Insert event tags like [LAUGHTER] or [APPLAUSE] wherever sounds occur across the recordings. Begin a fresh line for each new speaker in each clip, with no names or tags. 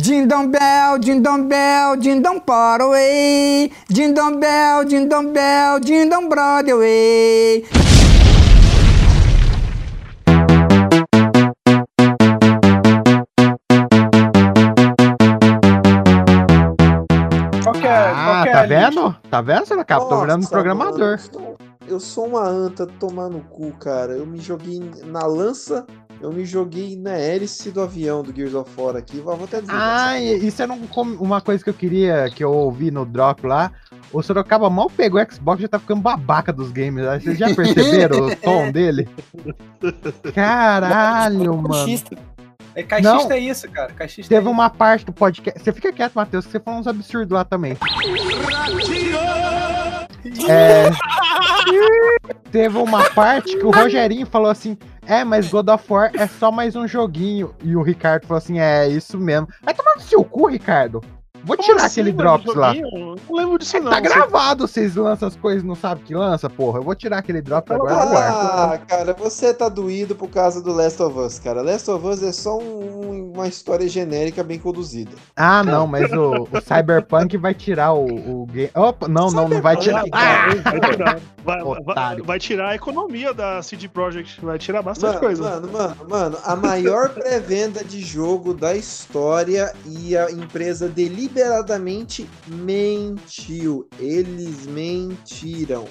Dindom bell, dindom bell, dindom Broadway. Dindom bell, dindom bell, dindom Broadway.
Qual que é, qual
Ah,
que é
tá
a lista?
vendo? Tá vendo, seu Cabo? Tô virando um
Nossa, mano, eu
programador.
sou- um- eu sou uma anta tomando cu, cara. Eu me joguei na lança, eu me joguei na hélice do avião do Gears of War aqui. Vou vou até dizer.
Ah, e- isso era um com- uma coisa que eu queria, que eu ouvi no Drop lá. O Sorocaba mal pegou o Xbox e já tá ficando babaca dos games. né? Vocês [LAUGHS] já perceberam o tom [LAUGHS] dele? Caralho, mano.
Machista.
É, caixista
Não.
é isso, cara. Caixista
Teve um
é
uma parte do podcast. Você fica quieto, Matheus, que você falou uns absurdos lá também.
[LAUGHS]
É. Teve uma parte que o Rogerinho falou assim: É, mas God of War é só mais um joguinho. E o Ricardo falou assim: É, isso mesmo. Vai tomar no seu cu, Ricardo. Vou
Como
tirar
assim,
aquele
mano,
Drops lá.
joguinho? Não lembro disso, não.
tá gravado, vocês lançam as coisas e não sabem que lança, porra. Eu vou tirar aquele Drops agora do ar.
Ah, cara, você tá doído por causa do Last of Us, cara. Last of Us é só um- uma história genérica bem conduzida.
Ah, não, mas o, o Cyberpunk vai tirar o, o game. Opa, não, não, não vai tirar.
Cyberpunk,
Ah!
cara.
Vai tirar- vai- vai,
Otário.
vai tirar a economia da CD Projekt, vai tirar bastante
Mano,
coisa.
mano, mano, mano, a maior [LAUGHS] pré-venda de jogo da história e a empresa deliberadamente mentiu. Eles mentiram.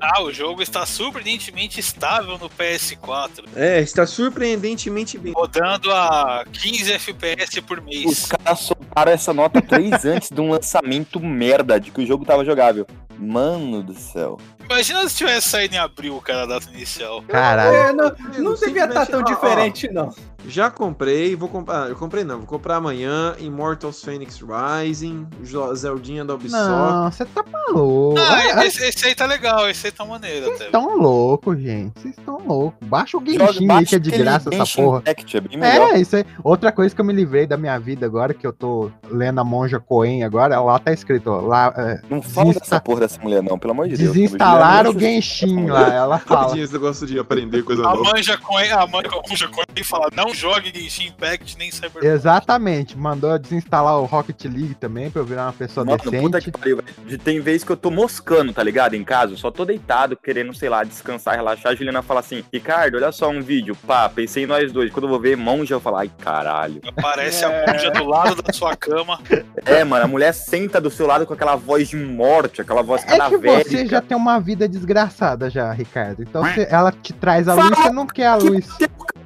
Ah, o jogo está surpreendentemente estável no PS4,
É, está surpreendentemente bem.
rodando a 15 FPS por
Os
mês.
caras soltaram essa nota
[LAUGHS]
três antes de um lançamento merda de que o jogo tava jogável. Mano do céu.
Imagina se tivesse saído em abril, cara, a data inicial.
Ah, Caralho.
É, não, não
Simplesmente-
devia estar tão
ó, ó,
diferente, não.
Já comprei, vou comprar. Ah, eu comprei não, vou comprar amanhã. Immortals Phoenix Rising, Jo- Zeldinha da Ubisoft.
Não, você tá maluco.
Ah,
Olha,
esse, esse aí tá legal, esse aí tá maneiro
Vocês
até.
estão louco, gente. Vocês estão louco. Baixa o
Joga-
Genshin aí
baixa
que é de
aquele
graça essa
Genshin
porra.
Impact, é bem melhor.
É, isso aí. Outra coisa que eu me livrei da minha vida agora, que eu tô lendo a Monja Coen agora, lá tá escrito, ó, lá, é,
Não fala
Desinsta-
dessa porra dessa mulher, não, pelo amor de Deus.
desinstalar o
game.
Genshin
é
lá, ela fala.
Rapidinho, esse negócio de aprender coisa
A
nova.
manja com a manja com ele fala, não jogue Genshin Impact nem Cyberpunk.
Exatamente, mandou eu desinstalar o Rocket League também pra eu virar uma pessoa
Mano, puta que
decente.
pariu, velho. De- Tem vez que eu tô moscando, tá ligado? Em casa, eu só tô deitado, querendo, sei lá, descansar, relaxar. A Juliana fala assim: Ricardo, olha só um vídeo. Pá, pensei em nós dois. Quando eu vou ver monja, eu falo: ai, caralho.
Aparece a manja do lado da sua cama.
É, mano, a mulher senta do seu lado com aquela voz de morte, aquela voz
É que
cadavérica.
você já tem uma vida desgraçada já, Ricardo. Então você- ela te traz a luz, você não quer a luz.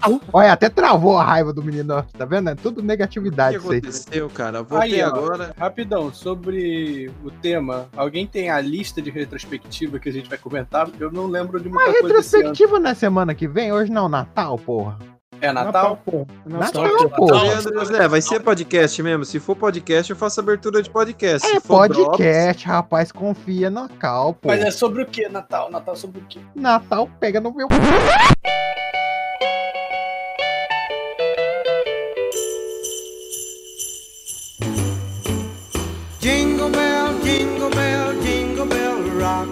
um
Olha, até travou a raiva do menino, ó. tá vendo? É tudo
O que
negatividade isso aí.
aconteceu, cara? Voltei
Aí, ó.
agora.
Rapidão, sobre o tema, alguém tem a lista de retrospectiva que a gente vai comentar? Porque eu não lembro de muita coisa desse ano.
Retrospectiva na semana que vem? Hoje não, Natal, porra.
É Natal?
porra.
Natal,
Natal. é
porra.
Leandro José, "É, vai ser podcast mesmo? Se for podcast, eu faço abertura de podcast.
É
Se for
podcast, rapaz, confia na Cal, pô.
Mas é sobre o que, Natal? Natal sobre o quê?
Natal pega no meu.
Jingle bell, jingle bell, jingle bell rock.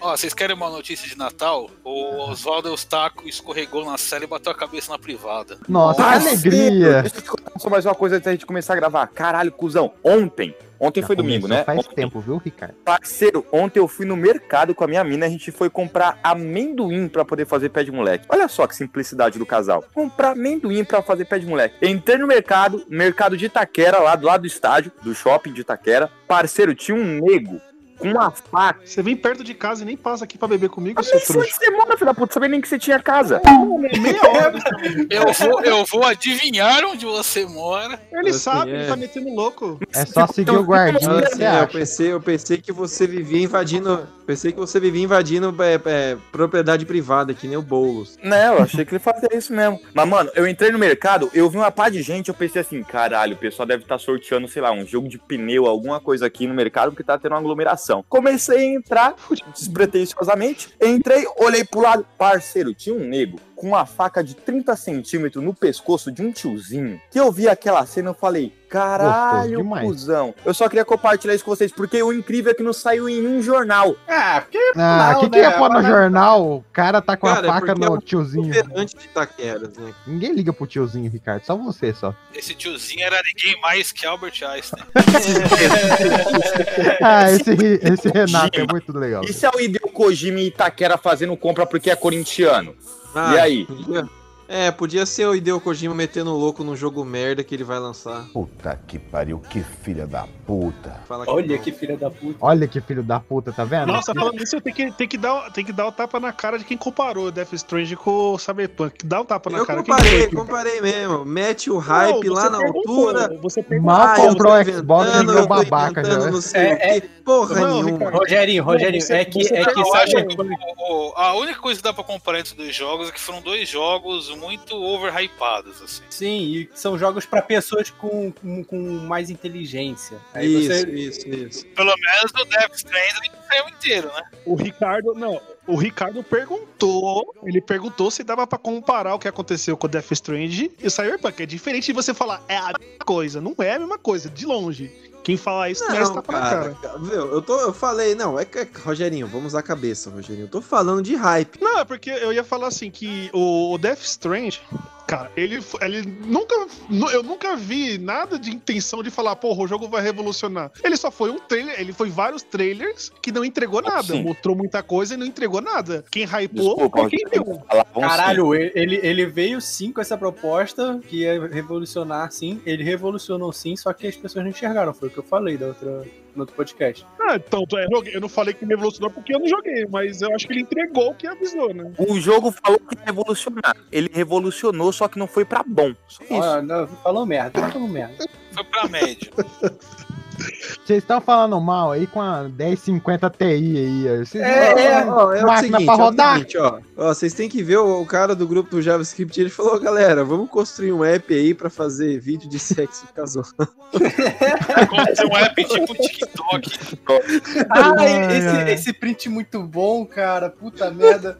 Ó, vocês querem uma notícia de Natal? O Oswaldo Eustáquio escorregou na série e bateu a cabeça na privada.
Nossa, que alegria.
Deixa eu te contar só mais uma coisa antes da gente começar a gravar. Caralho, cuzão, ontem. Ontem foi
Já
domingo,
começou
né?
Faz
Ontem-
tempo, viu, Ricardo?
Parceiro, ontem eu fui no mercado com a minha mina, a gente foi comprar amendoim pra poder fazer pé de moleque. Olha só que simplicidade do casal. Comprar amendoim pra fazer pé de moleque. Entrei no mercado, mercado de Itaquera, lá do lado do estádio, do shopping de Itaquera. Parceiro, tinha um nego com uma faca.
Você vem perto de casa e nem passa aqui pra beber comigo,
Mas
seu
nem sou de
trouxa.
semana, filho da puta, sabia nem que você tinha casa.
Meia hora.
Eu vou, eu vou adivinhar onde você mora.
Ele
Assim,
sabe,
é.
ele tá metendo louco.
É só seguir o
É,
guardinha,
Drops.
você
Assim, eu,
né, acha?
pensei, eu pensei que você vivia invadindo. Pensei que você vivia invadindo é, é, propriedade privada, que nem o Boulos.
Né, eu achei que ele fazia isso mesmo. Mas, mano, eu entrei no mercado, eu vi uma pá de gente, eu pensei assim, caralho, o pessoal deve estar sorteando, sei lá, um jogo de pneu, alguma coisa aqui no mercado, porque tá tendo uma aglomeração. Comecei a entrar, despretensiosamente, entrei, olhei pro lado, parceiro, tinha um nego com uma faca de 30 centímetros no pescoço de um tiozinho, que eu vi aquela cena e eu falei, caralho,
demais."
cuzão. Eu só queria compartilhar isso com vocês, porque o incrível é que não saiu em um jornal.
Ah, porque
Ah,
Não,
o que, que
né?
ia pôr no
Mas-
jornal? O cara tá com
Cara,
a faca
porque é
no
um
tiozinho.
Perante de Itaqueras, né?
Ninguém liga pro tiozinho, Ricardo. Só você,
[LAUGHS]
só.
Esse tiozinho era ninguém mais que Albert Einstein.
É,
Ah, esse, Ri- esse Renato é muito legal.
E se é o Hideo Kojima e Itaquera fazendo compra porque é corintiano?
Ah,
E aí?
podia- É, podia ser o Hideo Kojima metendo louco num jogo merda que ele vai lançar.
Puta que pariu, que filha da puta.
Fala
Olha
não.
que filha da puta.
Olha que filho da puta, tá vendo?
Nossa, falando isso, eu tenho que, tenho, que dar, tenho que dar o tapa na cara de quem comparou Death Strange com o Cyberpunk. Dá o tapa na
Eu
cara.
comparei,
quem foi que-
comparei mesmo. Mete o hype
Não,
lá
você um
na
perguntou,
altura. Ah,
Você
Mal
perguntou.
eu
comprou
tô
o Xbox e
inventando,
virou
eu tô
babaca
inventando
já.
Não sei o
É,
quê. Porra
Não,
nenhuma.
Ricardo,
Rogerinho, Rogerinho,
Você-
é que
você
é
tá
que
Eu
sabe
acho
errado.
que o- o- a única coisa que dá pra comparar entre os dois jogos é que foram dois jogos muito overhypados, assim.
Sim, e são jogos pra pessoas com, com, com mais inteligência. Aí
Isso,
você
isso, isso.
Pelo menos o Death Stranding saiu inteiro, né?
O Ricardo, não, o Ricardo perguntou, ele perguntou se dava pra comparar o que aconteceu com o Death Strange e o Cyberpunk. É diferente de você falar, é a mesma coisa, não é a mesma coisa, de longe. Quem falar isso merece
Não,
tapa na tá cara.
cara, cara, viu, eu, tô, eu falei, não, é que, é que- Rogerinho, vamos à cabeça, Rogerinho. Eu tô falando de hype.
Não, é porque eu ia falar assim que o o Death Strange, cara, ele, f- ele nunca. nu- Eu nunca vi nada de intenção de falar, porra, o jogo vai revolucionar. Ele só foi um trailer, ele foi vários trailers que não entregou nada.
Sim.
Mostrou muita coisa e não entregou nada. Quem hypou
Desculpa,
foi quem
eu tenho
viu.
que falar, vamos sim.
Caralho, ele, ele veio sim com essa proposta que é revolucionar sim. Ele revolucionou sim, só que as pessoas não enxergaram. Foi o que eu falei da outra, no outro podcast.
Ah, então, é, joguei- eu não falei que me revolucionou porque eu não joguei, mas eu acho que ele entregou o que avisou, né?
O jogo falou que ia revolucionar. Ele revolucionou, só que não foi pra bom. Só isso.
Ah, não, falou merda, falou [LAUGHS] merda.
Foi
[LAUGHS]
pra média.
Vocês estão falando mal aí com a 1050 Ti aí. ó. Vocês-
É, é.
Ó, é o
Máquina
seguinte,
pra
é o
rodar.
seguinte, ó. Ó, vocês têm que ver o, o cara do grupo do JavaScript, ele falou, galera, vamos construir um app aí pra fazer vídeo de sexo casual.
Aconteceu um app tipo TikTok.
Ah,
Ai, ai.
esse, esse print muito bom, cara. Puta merda.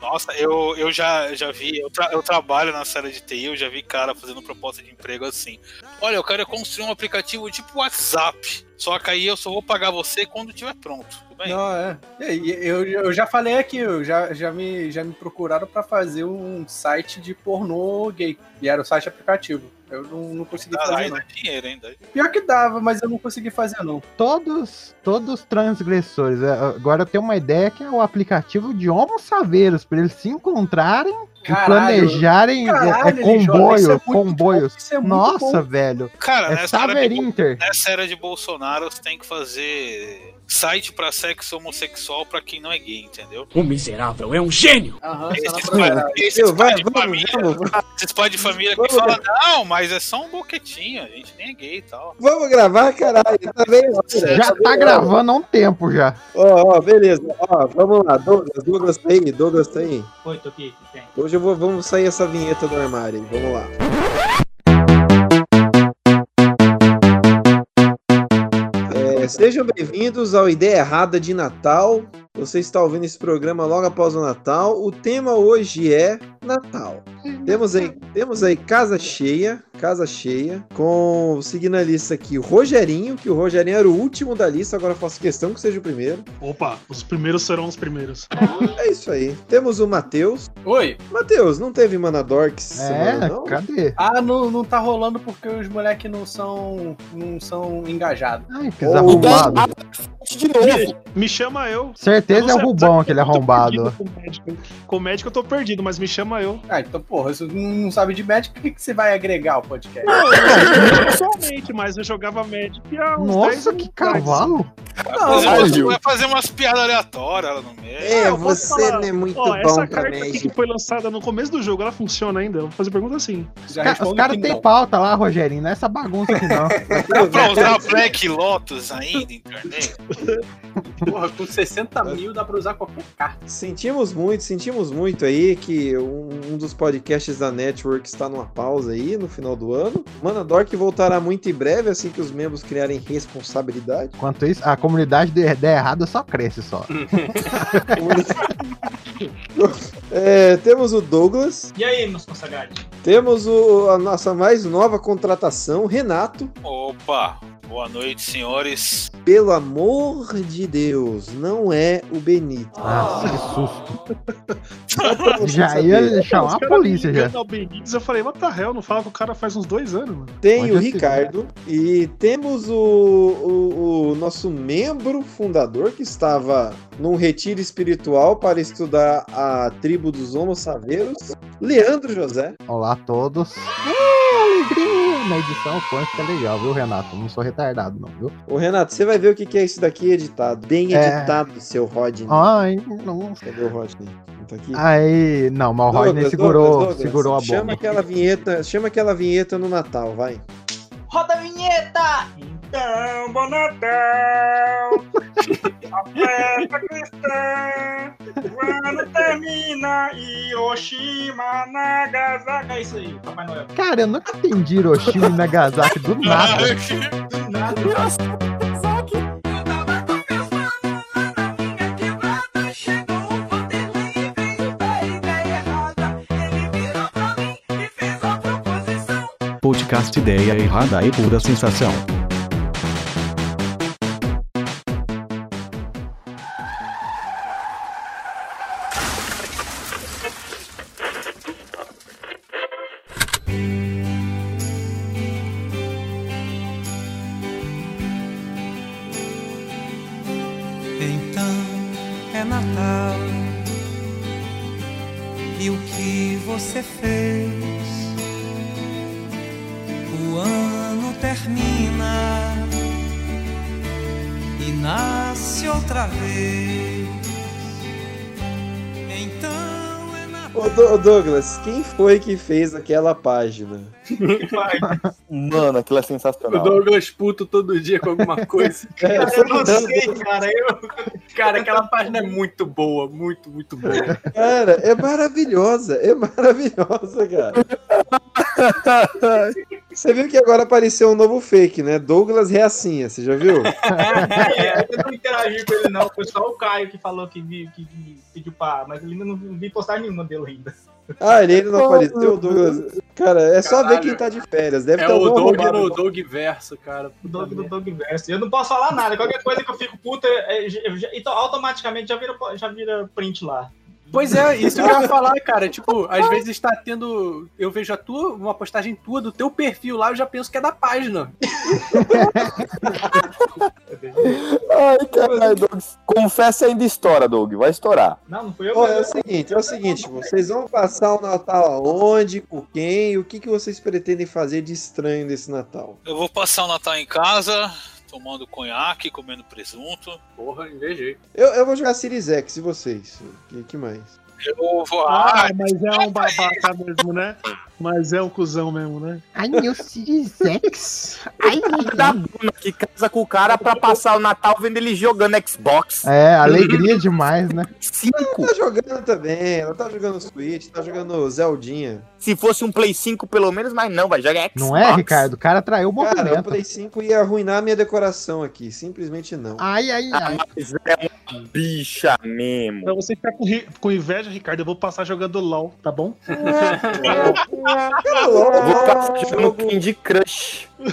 Nossa, eu, eu já, já vi, eu, tra- eu trabalho na série de TI, eu já vi cara fazendo proposta de emprego assim. Olha, eu quero construir um aplicativo tipo WhatsApp. Só que aí eu só vou pagar você quando tiver pronto. Tudo bem?
Não, é. E- e- Eu, eu já falei aqui, eu já, já, me, já me procuraram pra fazer um site de pornô gay. E era o site aplicativo. Eu não, não consegui fazer,
Caralho,
não.
Tá dá dinheiro, hein? dá-
Pior que dava, mas eu não consegui fazer, não.
Todos, todos transgressores. É, Agora eu tenho uma ideia que é o aplicativo de homos saveiros, pra eles se encontrarem e planejarem é-
Caralho,
é,
ele joga,
comboio,
isso é muito
comboios.
bom, isso é muito
Nossa,
bom.
velho.
Cara,
É
nessa, era
Saber
de,
Inter.
nessa era de Bolsonaro, você tem que fazer site pra sexo homossexual pra quem não é gay, entendeu?
O miserável é um gênio!
Aham,
Esses
tá na
pais
praia.
esses
vai,
pais de
vamos,
família,
vamos,
esses pais de família que
Vamos.
falam, não, mas é só um boquetinho, a gente nem é gay e tal.
vamos gravar, caralho. Tá bem,
é,
Já tá gravando há um tempo já.
Ó, ó, beleza. Ó, vamos lá. Douglas, Douglas tá aí, Douglas tá aí.
Oi, Toki, tem.
Hoje eu vou, vamos sair essa vinheta do armário, hein? vamos lá. É, sejam bem-vindos ao Ideia Errada de Natal. Você está ouvindo esse programa logo após o Natal. O tema hoje é Natal. Temos aí, temos aí casa cheia, casa cheia, com seguindo a lista aqui o Rogerinho, que o Rogerinho era o último da lista, agora eu faço questão que seja o primeiro.
Opa, os primeiros serão os primeiros.
É isso aí. Temos o Matheus.
Oi.
Matheus, não teve Manadorks
É,
semana, não?
cadê?
Ah, não, não tá rolando porque os moleques não são, não são engajados.
Ai, que
Ou-
arrombado.
De novo.
Me chama eu. Eu
Certeza
não
é o
sei-
Rubão,
eu
aquele
tô
arrombado.
perdido Com o médico. Com o médico eu tô perdido, mas me chama eu.
Ah, então, porra, se você não sabe de médico, o que, que você vai agregar ao podcast?
Não, eu pessoalmente, mas eu jogava Magic há uns 10
Nossa,
anos
que
atrás.
cavalo. Ah,
Mas eu-
Caralho.
vai fazer umas piadas aleatórias lá no meio.
É,
eu posso
você
falar.
não é muito
Ó,
bom
essa
pra
carta aqui que
médico.
foi lançada no começo do jogo, ela funciona ainda? Eu Vou fazer pergunta assim.
Já
Ca-
respondo
Os caras
que
têm
não.
pauta lá, Rogerinho. Não é essa bagunça aqui, não. [LAUGHS]
Dá
É,
pra usar Black Lotus ainda, internet?
Porra, com 60 mil dá pra usar qualquer carta.
Sentimos muito, sentimos muito aí que um, um dos podcasts da Network está numa pausa aí no final do ano. Manadork voltará muito em breve, assim que os membros criarem responsabilidade.
Enquanto isso, a comunidade de, de errado só cresce só.
É, temos o Douglas,
E aí, meus consagrados?
temos o- a nossa mais nova contratação, Renato.
Opa, boa noite, senhores.
Pelo amor de Deus, não é o Benito.
Nossa, que susto.
Só pra você
Já
saber.
ia chamar a polícia já.
O Benítez, eu falei, what the hell? Não falava com o cara faz uns dois anos, mano.
Tem
Pode
o
ser.
Ricardo e temos o, o- o nosso membro fundador que estava num retiro espiritual para estudar a tribo dos Homo Saveiros, Leandro José.
Olá a todos. É, alegria! Na edição foi fica é legal, viu, Renato? Não sou retardado, não, viu?
Ô Renato, você vai ver o que que é isso daqui editado. Bem
É.
editado, seu Rodney.
Ai, não.
Cadê o Rodney? Não tá aqui?
Aí, não, mas Ah, o
Douglas,
Rodney segurou,
Douglas, Douglas,
segurou a
Chama
bomba.
aquela vinheta, chama aquela vinheta no Natal, vai.
Roda a vinheta! Então, bom Natal! A festa cristã! O ano termina! Hiroshima, Nagasaki! É isso aí, Papai Noel.
Cara, eu nunca entendi Hiroshima e Nagasaki
[LAUGHS]
do nada.
Podcast Ideia Errada e Pura Sensação.
Então é Natal. E o que você fez? O ano termina e nasce outra vez. Então é Natal.
Ô, Do- ô, Douglas, quem foi que fez aquela página?
Mano, aquilo é
O
sensacional.
Douglas puto todo dia com alguma coisa.
É,
Cara,
foi
eu
o
[LAUGHS]
não
Douglas.
sei, cara. Eu...
Cara, aquela página é muito boa, muito, muito boa.
Cara, é maravilhosa, é maravilhosa, cara. Você viu que agora apareceu um novo fake, né? Douglas Reacinha, você já viu?
É, eu não interagi com ele, não. Foi só o Caio que falou que, vi, que, que pediu pra. Mas eu ainda não vi postagem nenhuma dele ainda.
Ah, ele ainda não apareceu, Douglas. Cara, é só ver
Caralho.
quem tá de férias. Deve
É
ter
o
algum
Doug
arrombado.
no Doug Verso, cara.
O Dog do Dog Verso. Eu não posso falar nada. Qualquer coisa que eu fico puta, é, já- já- então, automaticamente já vira, já vira print lá.
Pois é, isso que eu ia falar, cara. Tipo, às vezes tá tendo. Eu vejo a tua, uma postagem tua do teu perfil lá, eu já penso que é da página.
Ai, caralho, Doug. Confessa ainda estoura, Doug. Vai estourar.
Não, não fui eu.
Ó,
mas
é o seguinte, é o seguinte, vocês vão passar o Natal aonde, com quem, o que, que vocês pretendem fazer de estranho nesse Natal?
Eu vou passar o Natal em casa, tomando conhaque, comendo presunto.
Porra, invejei.
Eu, eu vou jogar Series X e vocês. O que, que mais?
Eu vou.
Ah,
Ah,
mas é um babaca mesmo, né? Mas é um cuzão mesmo, né?
Ai, meu Series X. Ai,
Da Bruna que casa com o cara pra passar o Natal vendo ele jogando Xbox.
É, alegria demais, né?
Cinco.
Tá jogando também, ela tá jogando Switch, tá jogando Zeldinha.
Se fosse um Play 5, pelo menos, mas não, vai jogar Xbox.
Não é, Ricardo? O cara traiu o
Cara, assim, o
movimento.
Play 5 ia arruinar a minha decoração aqui, simplesmente não.
Ai, ai,
Ah,
ai.
mas é uma bicha mesmo.
Pra você ficar com, ri- com inveja, Ricardo, eu vou passar jogando LOL, tá bom?
Cara, LOL,
Eu Vou
é um
estar jogando
jogo-
Candy Crush.
Meu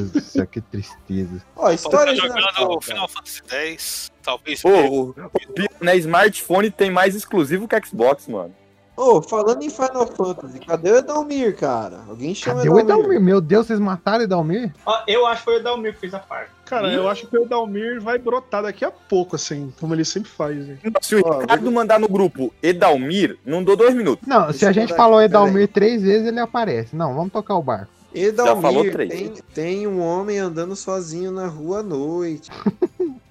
Deus do céu, é que tristeza.
Ó,
vou tá
história de
jogando
Natal,
o
cara.
Final Fantasy X. Talvez.
Pô, o, o Bia, né, smartphone tem mais exclusivo que Xbox, mano.
Ô, falando em Final Fantasy, cadê o Edalmir, cara? Alguém chama
Cadê o Edalmir? Meu Deus, vocês mataram o Edalmir?
Ó, Eu acho que foi o Dalmir que fez a parte.
Cara, eu acho que o Dalmir vai brotar daqui a pouco, assim, como ele sempre faz, né?
Se o
Ó,
Ricardo mandar no grupo Edalmir, não dou dois minutos.
Não, se
Deixa
a
eu
gente
dar-
falou
peraí.
Edalmir três vezes, ele aparece. Não, vamos tocar o barco.
Edalmir,
Já falou três.
Tem, tem um homem andando sozinho na rua à
[LAUGHS]
noite.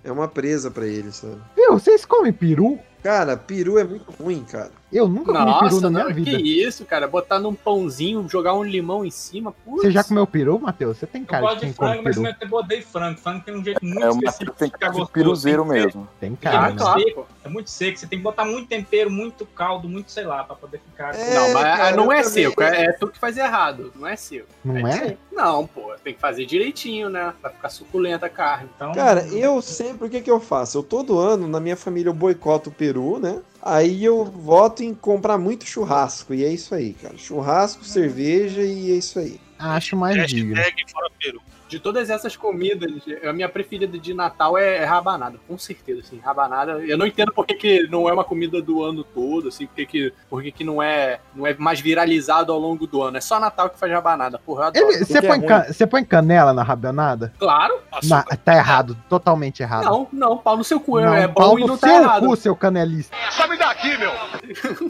é uma presa pra ele, sabe?
Viu, vocês comem peru?
Cara, peru é muito ruim, cara.
Eu nunca comi peru
Nossa,
na minha
não, que
vida.
isso, cara. Botar num pãozinho, jogar um limão em cima. Putz.
Você já comeu peru, Matheus? Você tem
Eu
cara de
gosto
quem
de
come
frango, mas
peru.
eu mesmo tempo eu odeio frango. Frango tem um jeito muito
É uma
específico.
tem que
ficar
ser
gostoso.
piruzeiro mesmo.
Tem cara,
Ah,
né?
claro. pô.
É muito seco. Você tem que botar muito tempero, muito caldo, muito sei lá, pra poder ficar.
É.
Não, mas
cara,
não é
eu também-
seco. É, é tu que faz errado. Não é seco.
Não é?
tu- Não, pô. Tem que fazer direitinho, né? Pra ficar suculenta a carne.
Então,
Cara, eu sempre, o que que eu faço? Eu todo ano, na minha família, eu boicoto o peru, né? Aí eu voto em comprar muito churrasco. E é isso aí, cara.
Hum.
Churrasco, cerveja e é isso aí.
Acho mais digno.
Hashtag fora peru.
De todas essas comidas, a minha preferida de Natal é, é rabanada, com certeza, assim, rabanada. Eu não entendo porque que não é uma comida do ano todo, assim, porque que, porque que não, é, não é mais viralizado ao longo do ano. É só Natal que faz rabanada, porra, eu adoro.
Ele- Você
Porque é
põe,
ruim.
can- você põe canela na rabanada?
Claro.
Na- [LAUGHS] tá errado, totalmente errado.
Não, não, pau no seu cu,
Ah. Não, um
é
pau
bom e
no
não tá
seu
errado.
cu, seu canelista.
Sabe daqui, [LAUGHS] meu!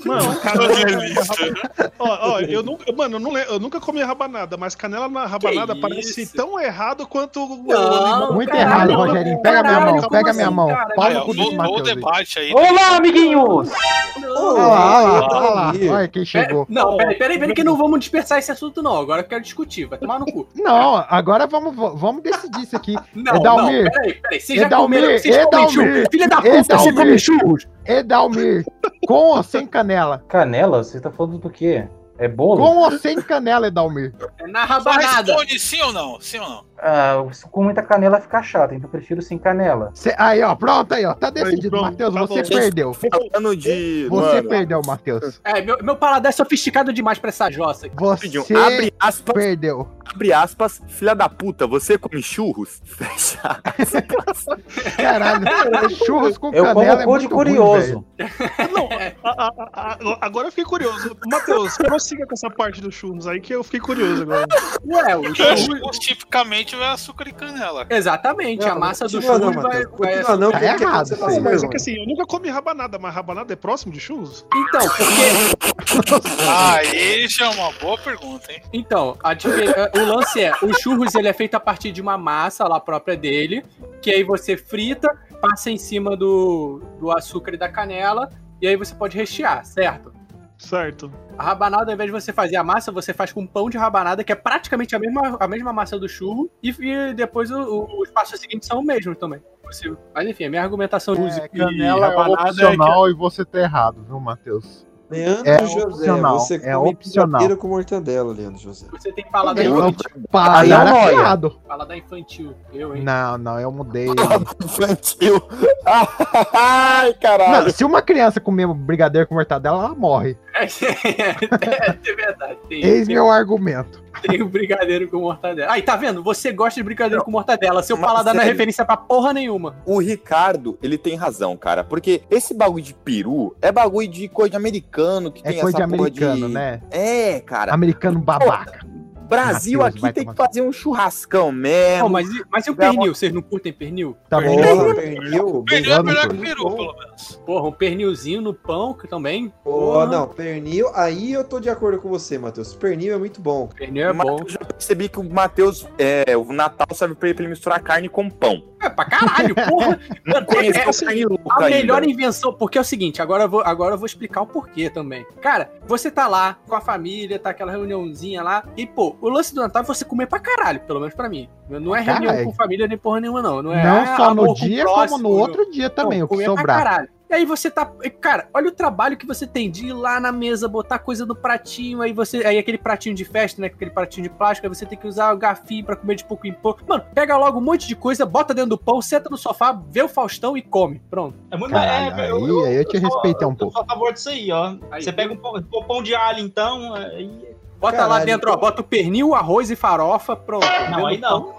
Mano,
Ó, ó, eu nunca, mano, eu, não le- eu nunca comi rabanada, mas canela na rabanada
Que
parece
isso?
tão errado quanto o
Não,
Muito
Caralho,
errado, Rogerinho. Pega
caralho,
minha mão,
como
pega
assim,
minha mão.
cara?
Pau
Aí,
no
ó,
cu do
É, vou, vou o
Matheus. aí.
debate aí.
Olá, amiguinhos!
Olha lá, olha lá, olha lá. Olha
Pera-
quem chegou.
É, não, peraí, peraí, peraí, que não vamos dispersar esse assunto, não. Agora eu quero discutir, vai tomar no
[LAUGHS]
cu.
Não, agora vamos, vamos decidir
[LAUGHS]
isso aqui.
Não,
Edalmir.
não, peraí, peraí. Vocês já
Edalmir,
comeram, vocês comem
Edalmir,
churros. Filha da puta, você
Edalmir.
come churros.
Edalmir, com ou sem canela?
Canela? Você tá falando do quê? É bolo?
Com ou sem canela, Edalmir?
É na
Só
rabanada.
responde sim ou não? Sim ou não?
Ah, com muita canela fica chato, então eu prefiro sem canela.
Cê- aí, ó, pronto aí, ó. Tá decidido,
pronto,
Matheus.
tá
Você
bom.
perdeu.
Falando de.
Você
mano,
perdeu, Matheus.
É, meu, meu paladar é sofisticado demais pra essa jossa.
Você
rapidinho, abre aspas,
perdeu.
abre aspas, filha da puta, você come churros? [LAUGHS] Fecha.
[LAUGHS]
Caralho, churros com
Eu
canela
como
é
cu de
muito ruim,
curioso.
velho.
Não, a- a- a- agora eu fiquei curioso. Matheus, prossiga com essa parte dos churros aí que eu fiquei curioso agora.
Ué,
[LAUGHS]
o churro...
Churros tipicamente vai açúcar e canela.
Exatamente, a
Não,
massa Tá do
continua
churros
não,
vai...
Matheus.
vai-
Continua não,
Tá
que é que
errado
você
isso
faz
aí.
Mas é
mesmo?
que assim, eu nunca comi rabanada, mas rabanada é próximo de churros?
[LAUGHS] Então, porque...
Aí já é uma boa pergunta, hein?
Então, a dife- eh, o lance é, o churros ele é feito a partir de uma massa lá própria dele, que aí você frita, passa em cima do, do açúcar e da canela, e aí você pode rechear, certo?
Certo.
A rabanada, ao invés de você fazer a massa, você faz com pão de rabanada, que é praticamente a mesma, a mesma massa do churro, e, e depois o- o- os passos seguintes são o mesmo também. Você- mas enfim, a minha argumentação de
É, canela é opcional e você tá errado, viu, Matheus?
Leandro
É
José,
opcional,
você
é
come
opcional.
pirateira com mortadela, Leandro José.
você tem paladar
Eu-
infantil.
Aí é
Paladar
nóia.
afiado.
Paladar infantil. Eu, hein?
Não, [LAUGHS] não, eu mudei.
Infantil. [LAUGHS] Ai, caralho.
Não, se uma criança comer um brigadeiro com mortadela, ela morre.
[LAUGHS] É, é verdade. Tem,
Eis
tem-
meu argumento.
Tem o brigadeiro com mortadela. Aí, tá vendo? Você gosta de brigadeiro com mortadela. Seu
Mas
paladar não é
sério.
referência pra porra nenhuma.
o Ricardo, ele tem razão, cara. Porque esse bagulho de peru é bagulho de coisa de americano que
É
tem
coisa de
essa porra
americano,
de.
né?
É, cara.
Americano babaca.
Brasil
Matheus, vai
aqui tem que
tomar-
fazer um churrascão mesmo.
Não, mas, e- mas e o
É, Dá uma-
pernil? Vocês não curtem pernil?
Tá bom.
Porra, pernil,
Pernil é
Obrigado,
melhor que
Antônio.
peru, pelo menos.
Porra, um pernilzinho no pão que também.
Pô, não, pernil, aí eu tô de acordo com você, Matheus. Pernil é muito bom.
Pernil é
Mas
bom.
eu já percebi que o Matheus, é, o Natal serve pra ele, pra ele misturar carne com pão.
É pra caralho,
[LAUGHS]
porra.
Não tem
um
é,
essa carne louca
A melhor
ainda.
invenção, porque é o seguinte, agora eu, vou, agora eu vou explicar o porquê também. Cara, você tá lá com a família, tá aquela reuniãozinha lá, e pô, o lance do Natal é você comer pra caralho, pelo menos pra mim. Não é
Pra
reunião
caralho.
com família nem porra nenhuma, não. Não, é,
Não
ah,
só
amor
no
com
dia,
o
como
próximo,
no outro dia também,
Não,
Tá o que
comer pra
sobrar.
caralho. E aí você tá. e, Cara, olha o trabalho que você tem de ir lá na mesa, botar coisa no pratinho, aí você. Aí aquele pratinho de festa, né? Aquele pratinho de plástico, aí você tem que usar o garfinho pra comer de pouco em pouco. Mano, pega logo um monte de coisa, bota dentro do pão, senta no sofá, vê o Faustão e come. Pronto.
É muito
Caralho,
é, eu-
aí, aí eu te
sou-
respeitei um
Eu
pouco.
sou a favor disso aí, ó.
Aí.
Você pega um pão, pô, pão de alho, então. Aí...
Bota lá
Caralho.
dentro, ó, bota o pernil, arroz e farofa, pronto.
Tá
Não, aí não.